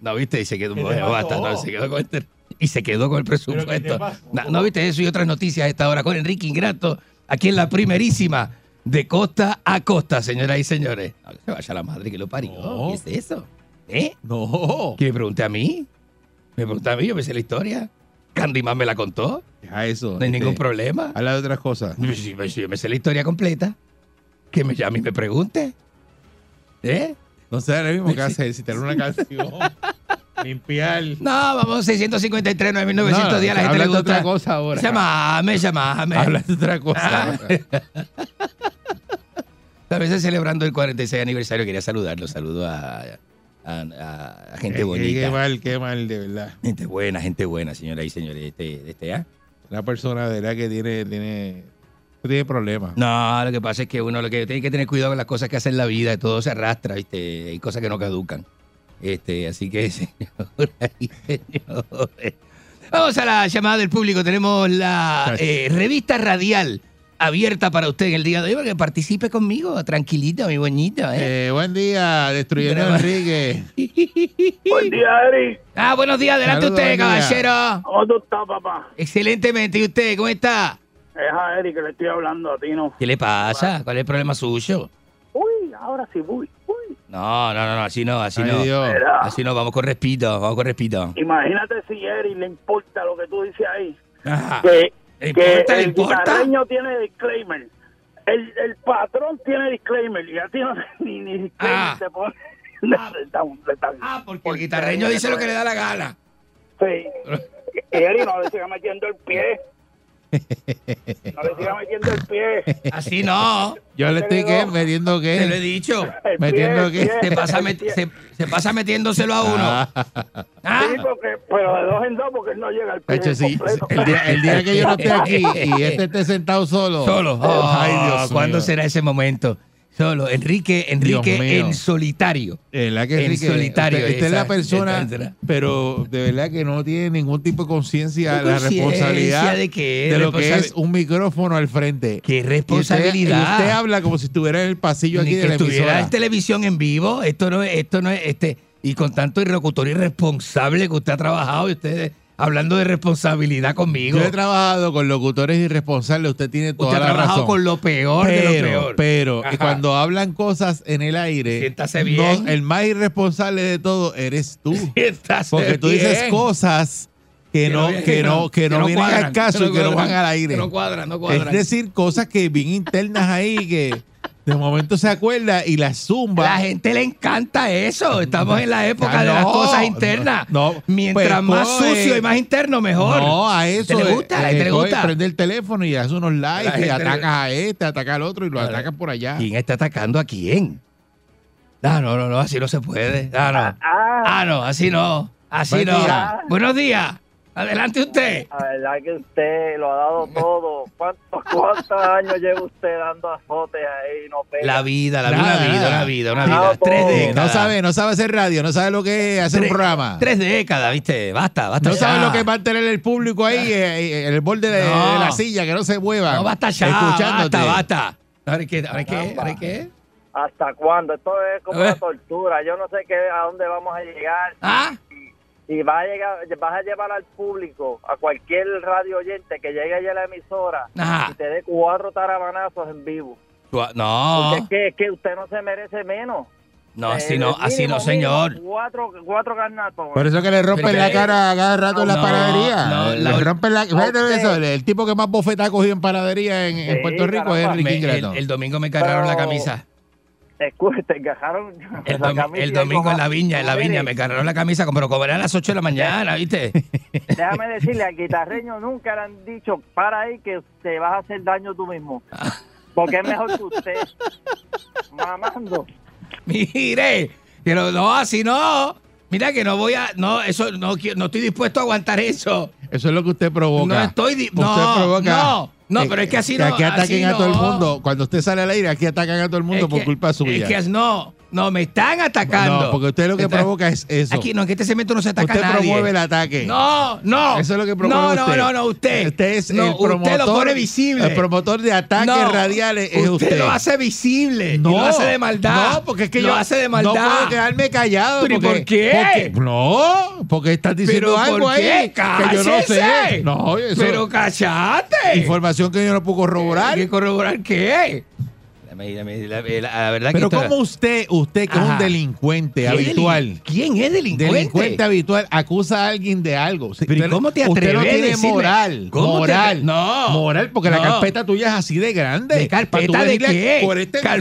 No, viste, y se quedó,
¿Qué te
bueno, basta,
pasó?
no, se quedó con este- y se quedó con el
¿Pero qué te
presupuesto.
pasó?
No, no, viste eso y otras noticias a esta hora con Enrique Ingrato, aquí en la primerísima, de costa a costa, señoras y señores. No, que se vaya la madre que lo parió.
No.
¿Qué es eso? ¿Eh?
No.
¿Que me pregunté a mí? ¿Me pregunté a mí? Yo me sé la historia. Candyman me la contó,
Deja eso.
no hay ningún
este,
problema.
Habla de otras cosas.
Si, si yo me sé la historia completa, que me llame y me pregunte. ¿Eh?
No sé ahora mismo qué hacer. Si tener una canción. limpiar.
No, vamos, 653, 9910, a la gente
habla
le
de otra
gusta.
cosa ahora.
Llamame, llamame.
Habla de otra
Ah,
cosa.
A veces celebrando el 46 aniversario, quería saludarlo. Saludo a, a- a- a gente
Qué- Qué
bonita.
mal, qué mal, de verdad.
Gente buena, gente buena, señoras y señores. de Este, de este, ¿ah?
Una persona de verdad que tiene, tiene, tiene problemas.
No, lo que pasa es que uno lo que tiene que tener cuidado con las cosas que hace en la vida, todo se arrastra, ¿viste? Hay cosas que no caducan. Este, así que, señoras y señores. Vamos a la llamada del público. Tenemos la eh, revista radial abierta para usted en el día de hoy para que participe conmigo, tranquilito, mi bonito. ¿eh?
Eh, buen día, destruyendo
Pero-
Enrique.
Buen día, Eric.
Ah, buenos días, adelante
Saludos,
usted,
buen día.
caballero.
¿Cómo tú estás, papá?
Excelentemente, ¿y usted cómo está?
Es a Eric que le estoy hablando a ti, ¿no?
¿Qué le pasa? ¿Cuál es el problema suyo?
Uy, ahora sí, uy, uy.
No, no, no, no, así no, así
Ay,
no.
Dios.
Mira,
Así no, vamos con respeto, vamos con respeto.
imagínate si a Eric le importa lo que tú dices ahí.
Ajá.
Pues,
que,
Ah, ¿Le
que
importa? ¿Le
el
importa?
guitarreño tiene disclaimer. El, el patrón tiene disclaimer y a ti no ni, ni disclaimer
Ah.
te pone. Le están- le están-
Ah, porque el guitarreño dice lo que le da la gana.
Sí. Eric, no le siga metiendo el pie. No le siga metiendo el pie.
Así no.
Yo le estoy ¿qué? metiendo
Te lo he
qué.
dicho.
El
Metiendo
pie, el
que-
pie,
Se pasa,
el
met-
pie.
se, se pasa metiéndoselo a uno.
Ah,
Sí,
Ah,
porque- pero de dos en dos porque él no llega al pie
hecho, sí.
completo.
el, día, el día que yo no esté aquí y este esté sentado solo.
solo.
Oh, ay, Dios
¿Cuándo
mío.
será ese momento? Solo. Enrique, Enrique
mío.
en solitario.
De Eh, verdad que
En
Enrique,
solitario,
Usted, usted es la
esa-
persona,
esa- esa-
pero de verdad que no tiene ningún tipo de conciencia
¿Qué
la responsabilidad
conciencia de qué?
de lo que
Responsabil-
es un micrófono al frente.
Qué
Y usted-
responsabilidad.
Y usted, habla como si estuviera en el pasillo
Ni
aquí de
que
la
estuviera este en
emisora.
televisión en vivo. Esto no es, esto no es, este, y con tanto irlocutor irresponsable que usted ha trabajado y usted hablando de responsabilidad conmigo.
Yo he trabajado con locutores irresponsables, usted tiene toda
Usted ha
la
trabajado
razón.
con lo peor
pero,
de lo peor.
pero
Ajá.
cuando hablan cosas en el aire,
Siéntase bien.
el más irresponsable de todo eres tú.
Siéntase
Porque tú dices
bien.
cosas que, no, que no, que no, vienen
cuadran,
al caso y que no
cuadran,
van al aire.
que no cuadran, no
Es
cuadran.
decir, cosas que bien internas ahí que de momento se acuerda y las zumba.
la gente le encanta eso. Estamos en la época de las
no,
cosas internas.
no, no.
Mientras
Pues,
más
coge-
sucio y más interno, mejor.
No, a eso.
¿Te le gusta? ¿A la
eh,
gente le
coge,
gusta?
Prende el teléfono y hace unos
La
likes y
gente le-
atacas a este, atacas al otro y lo atacas por allá.
¿Quién está atacando a quién? No, no, no, no, así no se puede. No, no. Ah, no, así no. Así
Buen
no.
día.
Buenos días. Adelante usted.
Ah,
La verdad que usted lo ha dado todo. ¿Cuántos, cuántos años lleva usted dando azotes ahí? No pega?
La vida, la
Nada,
vida, una
nada.
vida, una vida, una
Nada,
vida. Tres
todo.
Eh,
décadas.
No sabe, no sabe hacer radio, no sabe lo que es hacer
Tres-
un programa.
Tres décadas, viste. Basta, basta.
No
ya.
sabe lo que es mantener el público ahí, eh, eh, en el borde de,
No.
de la silla, que no se mueva.
No, basta ya.
Escuchándote.
Basta, basta. Ahora es que, ahora es que, ahora es que.
¿Hasta cuándo? Esto es como
A ver.
una tortura. Yo no sé qué, a dónde vamos a llegar.
Ah,
Y vas a, llegar, vas a llevar al público, a cualquier radio oyente que llegue allá a la emisora y
ajá.
te dé cuatro tarabanazos en vivo.
Tú- ah, No,
Porque es que, es que usted no se merece menos.
no, así
Eh,
no,
mínimo,
así no,
mínimo,
señor.
Cuatro, cuatro garnazos.
Por eso que le rompen
Pero-
la cara a cada rato en la
No,
panadería.
no,
le
la-
rompen la Fíjate
usted.
eso, el, el tipo que más bofeta ha cogido en panadería en, en
Sí,
Puerto Rico es
caramba.
Enrique
Me- el,
Ingrato.
el domingo me cargaron la
Pero-
camisa.
Escuche, te encajaron.
El,
la
domi-
camisa
el
y
domingo
coja-
en la viña, en la viña, me
Mire,
cargaron la camisa, pero como era a las 8 de la mañana, ¿viste?
Déjame decirle, al guitarreño nunca le han dicho, para ahí que te vas a hacer daño tú mismo.
Porque es mejor que usted. Mamando.
Mire, pero no, así no. Mira que no voy a, no, eso, no, qui- no estoy dispuesto a aguantar eso.
Eso es lo que usted provoca.
No estoy di-
Usted
no, no, no, pero es que así no,
Aquí ataquen
así
a todo el
no.
mundo. Cuando usted sale al aire, aquí atacan a todo el mundo
Es
por
que-
culpa suya.
Es que as- no, no, me están atacando.
No, porque usted lo que
Entonces,
provoca es eso.
Aquí no, en este cemento no se ataca
usted
a nadie.
promueve el ataque.
No, no.
Eso es lo que promueve
No, no,
usted.
no, no, usted.
Usted es
No,
el promotor.
usted lo pone visible.
El promotor de ataques
No,
radiales es usted.
lo hace
Eh,
visible. No. lo hace de maldad.
No, porque es que
lo
yo
hace de maldad.
No puedo quedarme callado.
¿Pero y
porque-
por qué?
porque- no, porque estás diciendo
¿Pero
algo
por
ahí
qué?
que yo no sé.
¡Cállese!
No, eso-
Pero cachate.
información que yo no puedo corroborar.
¿Qué corroborar qué? Dame, dame, la, la- la verdad
Pero
que esto-
como usted, usted que es un
Ajá.
delincuente
¿Qué
habitual,
delin- ¿Quién es delincuente?
delincuente habitual, acusa a alguien de algo. Si
Pero ¿y
usted-
cómo te
Usted no
atreves a
tiene
decirme?
moral,
¿Cómo te
moral,
atre- no,
moral, porque la
no.
carpeta tuya es así de grande.
¿De carpeta
Para tú
de
venirle
qué?
Por este
¿Carpeta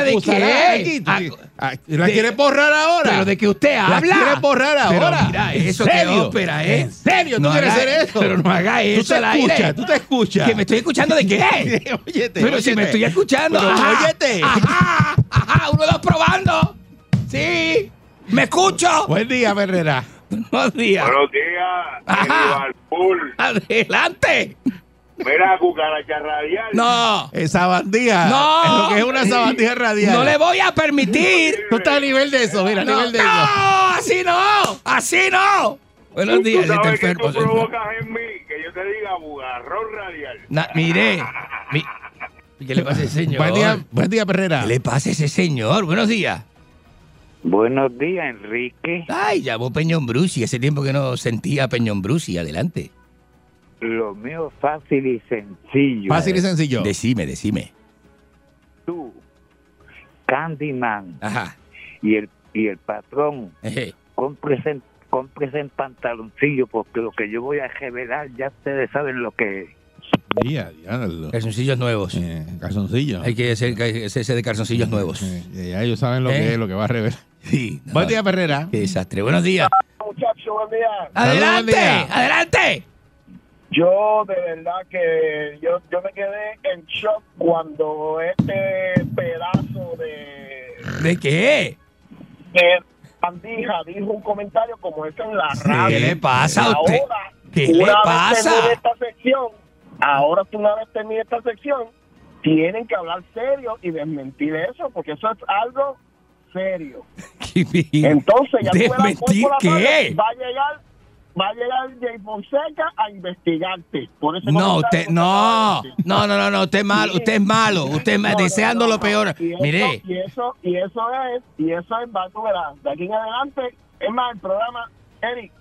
micrófono a
de
acusar a
qué?
alguien.
Acu-
Ah, ¿La
de-
quieres borrar ahora?
Pero de que usted
¿La
habla.
quieres borrar
Pero
ahora?
mira,
¿En
eso
serio?
que ópera, ¿eh?
¿En serio tú
No
quieres
haga-
hacer eso?
Pero no haga eso
Tú te
al aire.
escuchas, tú te escuchas.
¿Que me estoy escuchando de qué?
Óyete,
Pero si
óyete.
me estoy escuchando.
Pero
ajá,
óyete.
Ajá, ajá, uno, dos, probando. Sí, me escucho.
Buen día, Ferrera.
Buenos días.
Buenos días,
Ajá.
Liverpool.
Adelante.
Mira, cucaracha radial.
No,
Eh, sabandija.
No.
Es lo que es una sabandija radial.
no le voy a permitir.
Tú estás a nivel de eso, mira, a
No,
nivel de
no,
eso.
así no, así no. Buenos días,
Tú
está
sabes que
enfermo.
tú provocas en mí que yo te diga bugarrón radial.
Na- mire, mi- ¿qué le pasa a ese señor?
Buen día, buen día, Perrera.
¿Qué le pasa a ese señor? Buenos días.
Buenos días, Enrique.
Ay, llamó Peñón Brusi. Hace tiempo que no sentía a Peñón Brusi. Adelante.
Lo mío fácil y sencillo.
Fácil y sencillo.
Decime, decime.
Tú, Candyman
Ajá.
y el, y el patrón,
Eje.
cómprese en, cómprese en pantaloncillo porque lo que yo voy a revelar ya ustedes saben lo que es.
Día, diablo.
Calzoncillos nuevos.
Eh, calzoncillo.
Hay que ser, hay que ser de calzoncillos nuevos.
Eh, ya ellos saben lo
Eh.
que es, lo que va a revelar.
Sí. no,
Buen día, Perrera.
Qué desastre. Buenos días.
Muchachos, buen día.
Saludos, buen
Adelante,
día.
adelante.
Yo de verdad que yo, yo me quedé en shock cuando este pedazo de,
¿De qué?
de bandija dijo un comentario como ese en la radio.
¿Qué le pasa a usted?
Ahora,
¿Qué
una
le
vez
pasa?
termine esta sección, ahora tú una vez termine esta sección, tienen que hablar serio y desmentir eso, porque eso es algo serio. Entonces ya tú verás hoy
¿Desmentir
por la tarde
qué?
va a llegar va a llegar Jay Fonseca a investigarte. Por eso
No, usted, no, no, no, no, no, usted es malo, usted es malo, usted es ma- deseando lo peor. Mire,
Y eso, y eso es, y eso es, va, tú verás. De aquí en adelante, es más, el programa, Eric,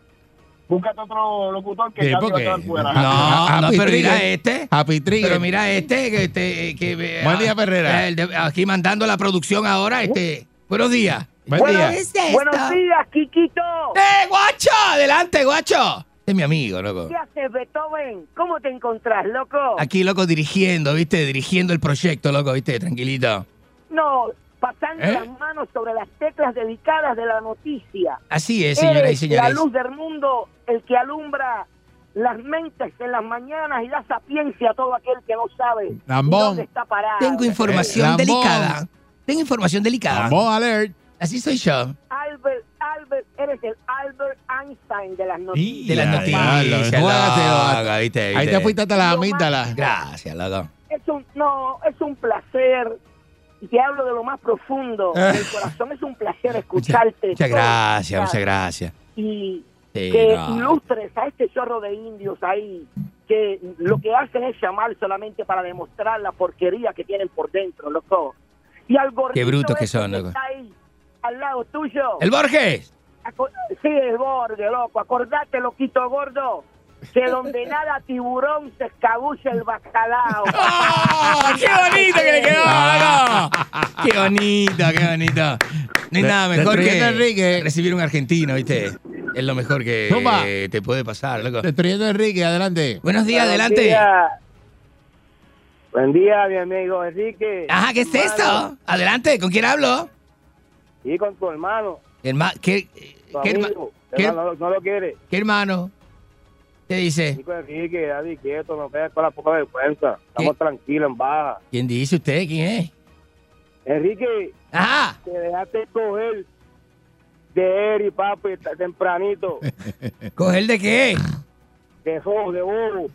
búscate otro locutor que
Sí,
ya te va a
porque-
quedar fuera.
no,
Ah,
no,
Happy
pero mira
Trigger.
este,
Happy Trigger.
pero mira este, que, este, eh, que eh,
Buen día,
ah,
Ferrera. Uh.
el de- aquí mandando la producción ahora, este, buenos días.
Buen día.
Buenos días, Kikito.
¡Eh, guacho! Adelante, guacho. Este es mi amigo, loco.
haces, Beethoven? ¿Cómo te encontrás, loco?
Aquí, loco, dirigiendo, viste, dirigiendo el proyecto, loco, viste, tranquilito.
No, pasando
¿Eh? las
manos sobre las teclas dedicadas de la noticia.
Así es, señoras y
Eres
señores.
La luz del mundo, el que alumbra las mentes en las mañanas y la sapiencia a todo aquel que no sabe
Lambón.
dónde está parado.
Tengo información
Lambón.
delicada. Tengo información delicada.
Vamos, alert.
Así soy yo.
Albert, Albert, eres el Albert Einstein de las noticias.
De las
Ya,
noticias.
ya, lo-
loco,
Juégatelo.
viste,
Ahí te
viste.
fuiste hasta las amígdalas.
Gracias, loco.
Es un, no, es un placer. Y te hablo de lo más profundo. del corazón es un placer escucharte.
Ah. Muchas
todos los
gracias,
días.
muchas gracias.
Y
Sí,
que
Eh, no.
ilustres a este chorro de indios ahí que lo que hacen es llamar solamente para demostrar la porquería que tienen por dentro, loco. Y al gordito
Qué brutos que
ese
son, loco.
está ahí al lado tuyo.
El Borges.
Aco- Sí, el borde, loco. Acordate, loquito gordo, que donde nada tiburón se escabulle el bacalao.
¡Oh,
¡Ah,
¡Qué bonito que le quedó! loco! ¡Qué bonito, qué bonito! No hay
Te-
nada
te
mejor
estrellé,
que
Enrique.
recibir un argentino, ¿viste? Es lo mejor que
Zumba.
eh, te puede pasar, loco.
Destruyendo a Enrique, adelante.
Buenos días, adelante.
Buen día, mi amigo Enrique.
Ajá, ¿qué es esto? Adelante, ¿con quién hablo?
Y con tu hermano,
Herma- ¿Qué, qué herma- qué-
no lo quiere.
qué hermano? ¿Qué dice?
Chico de aquí, que Daddy, quieto, no quedes con la poca vergüenza. Estamos tranquilos, en baja.
¿Quién dice usted? ¿Quién es?
Enrique,
Ajá.
te dejaste coger de Eri, papi, t- tempranito.
¿Coger de qué?
De ojos, de bobo.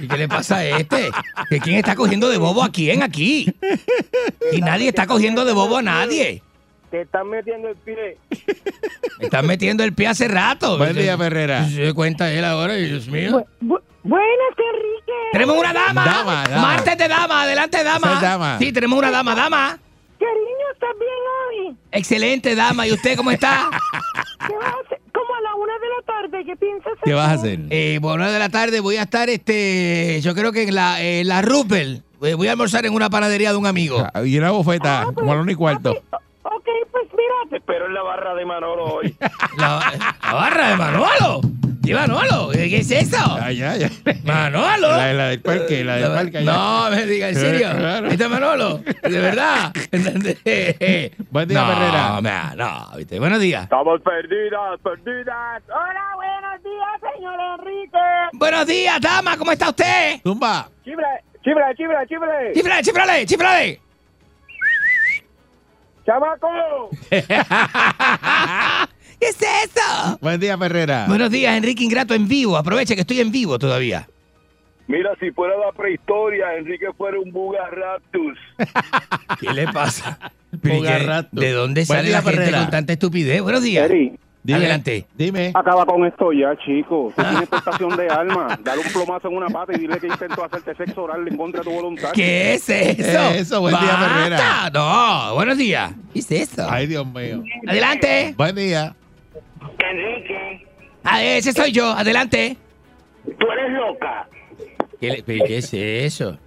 ¿Y qué le pasa a este? ¿Que quién está cogiendo de bobo a quién aquí? Y nadie está cogiendo de bobo a nadie.
Te están metiendo el pie.
Me están metiendo el pie hace rato.
Buen día, Ferrera.
Se dio cuenta él ahora, y Dios mío.
Buenas, Enrique.
Tenemos una dama.
Dama, dama.
Martes de dama, adelante dama.
Esa es dama.
Sí, tenemos una dama, dama.
Cariño, ¿estás bien hoy?
Excelente dama. ¿Y usted cómo está?
¿Qué vas a hacer? Como a la una de la tarde, ¿qué piensas hacer?
Eh, por una de la tarde voy a estar, este, yo creo que en la, eh, la Rupel. Eh, Voy a almorzar en una panadería de un amigo.
Ah, Y una bofeta, como a la una y cuarto.
Ok, pues mira,
Te espero en la barra de Manolo hoy.
La, la barra de Manolo. Sí, Manolo, ¿qué qué es eso?
Ah, ya, ya.
Manolo.
La, la del parque, la del parque. allá.
No, me diga, en serio.
Eh, claro.
Este es Manolo, de verdad.
Buen día,
no,
Ferrera.
mea, no, viste, buenos días.
Estamos perdidas, perdidas.
Ah,
hola, buenos días, señor Enrique.
Buenos días, dama, ¿cómo está usted?
Tumba.
Chibre, chibre, chibre, chibre.
Chiflale, chiflale, chiflale.
¡Chamaco!
¿Qué es eso?
Buen día, Ferrera.
Buenos días, Enrique Ingrato en vivo. Aprovecha que estoy en vivo todavía.
Mira, si fuera la prehistoria, Enrique fuera un Bugarraptus.
¿Qué le pasa?
Bugarrato.
¿De dónde
Buen
sale
día,
la gente
Ferrera.
con tanta estupidez? Buenos días.
Eri,
Dime,
Adelante.
Dime.
Ah.
acaba con esto ya, chico. Tú tienes prestación de alma. Dale un plomazo en una pata y dile que intentó hacerte sexo oral en contra de tu voluntad.
¿Qué es eso?
Eso, buen día,
Basta.
Ferrera.
No, buenos días. ¿Qué es eso?
Ay, Dios mío.
Adelante.
Buen día.
Enrique,
Ah, ese soy yo. Adelante.
tú eres loca.
¿Qué, le- pero qué es eso?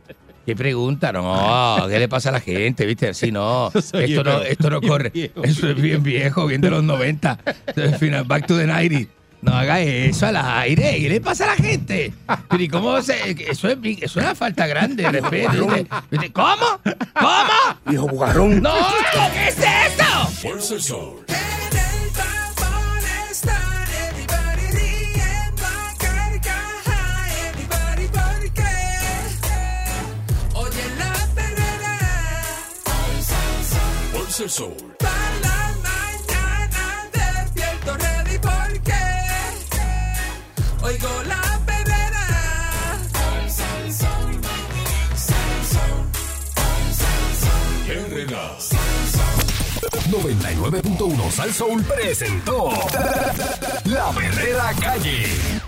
¿Qué pregunta? No, ¿qué le pasa a la gente? ¿Viste? Así no.
Eso soy
Esto no,
yo,
esto no
bien
corre.
viejo.
Eso es bien viejo, bien de los 90. Eso es final, back to the 90. No haga eso al aire. ¿Qué le pasa a la gente? Pero ¿y cómo se.? Eso es, bi- eso es una falta grande de respeto. ¿viste? ¿Viste? ¿Cómo? ¿Cómo?
Viejo bugarrón.
¡No! ¿Qué es eso?
Fuerza el sol.
En el tapón están everybody riendo a carcaja, everybody porque oye la perrera.
Fuerza el sol.
Para la mañana despierto ready porque oigo la perrera.
Herrera. 99.1 Sal Soul presentó La Verdadera Calle.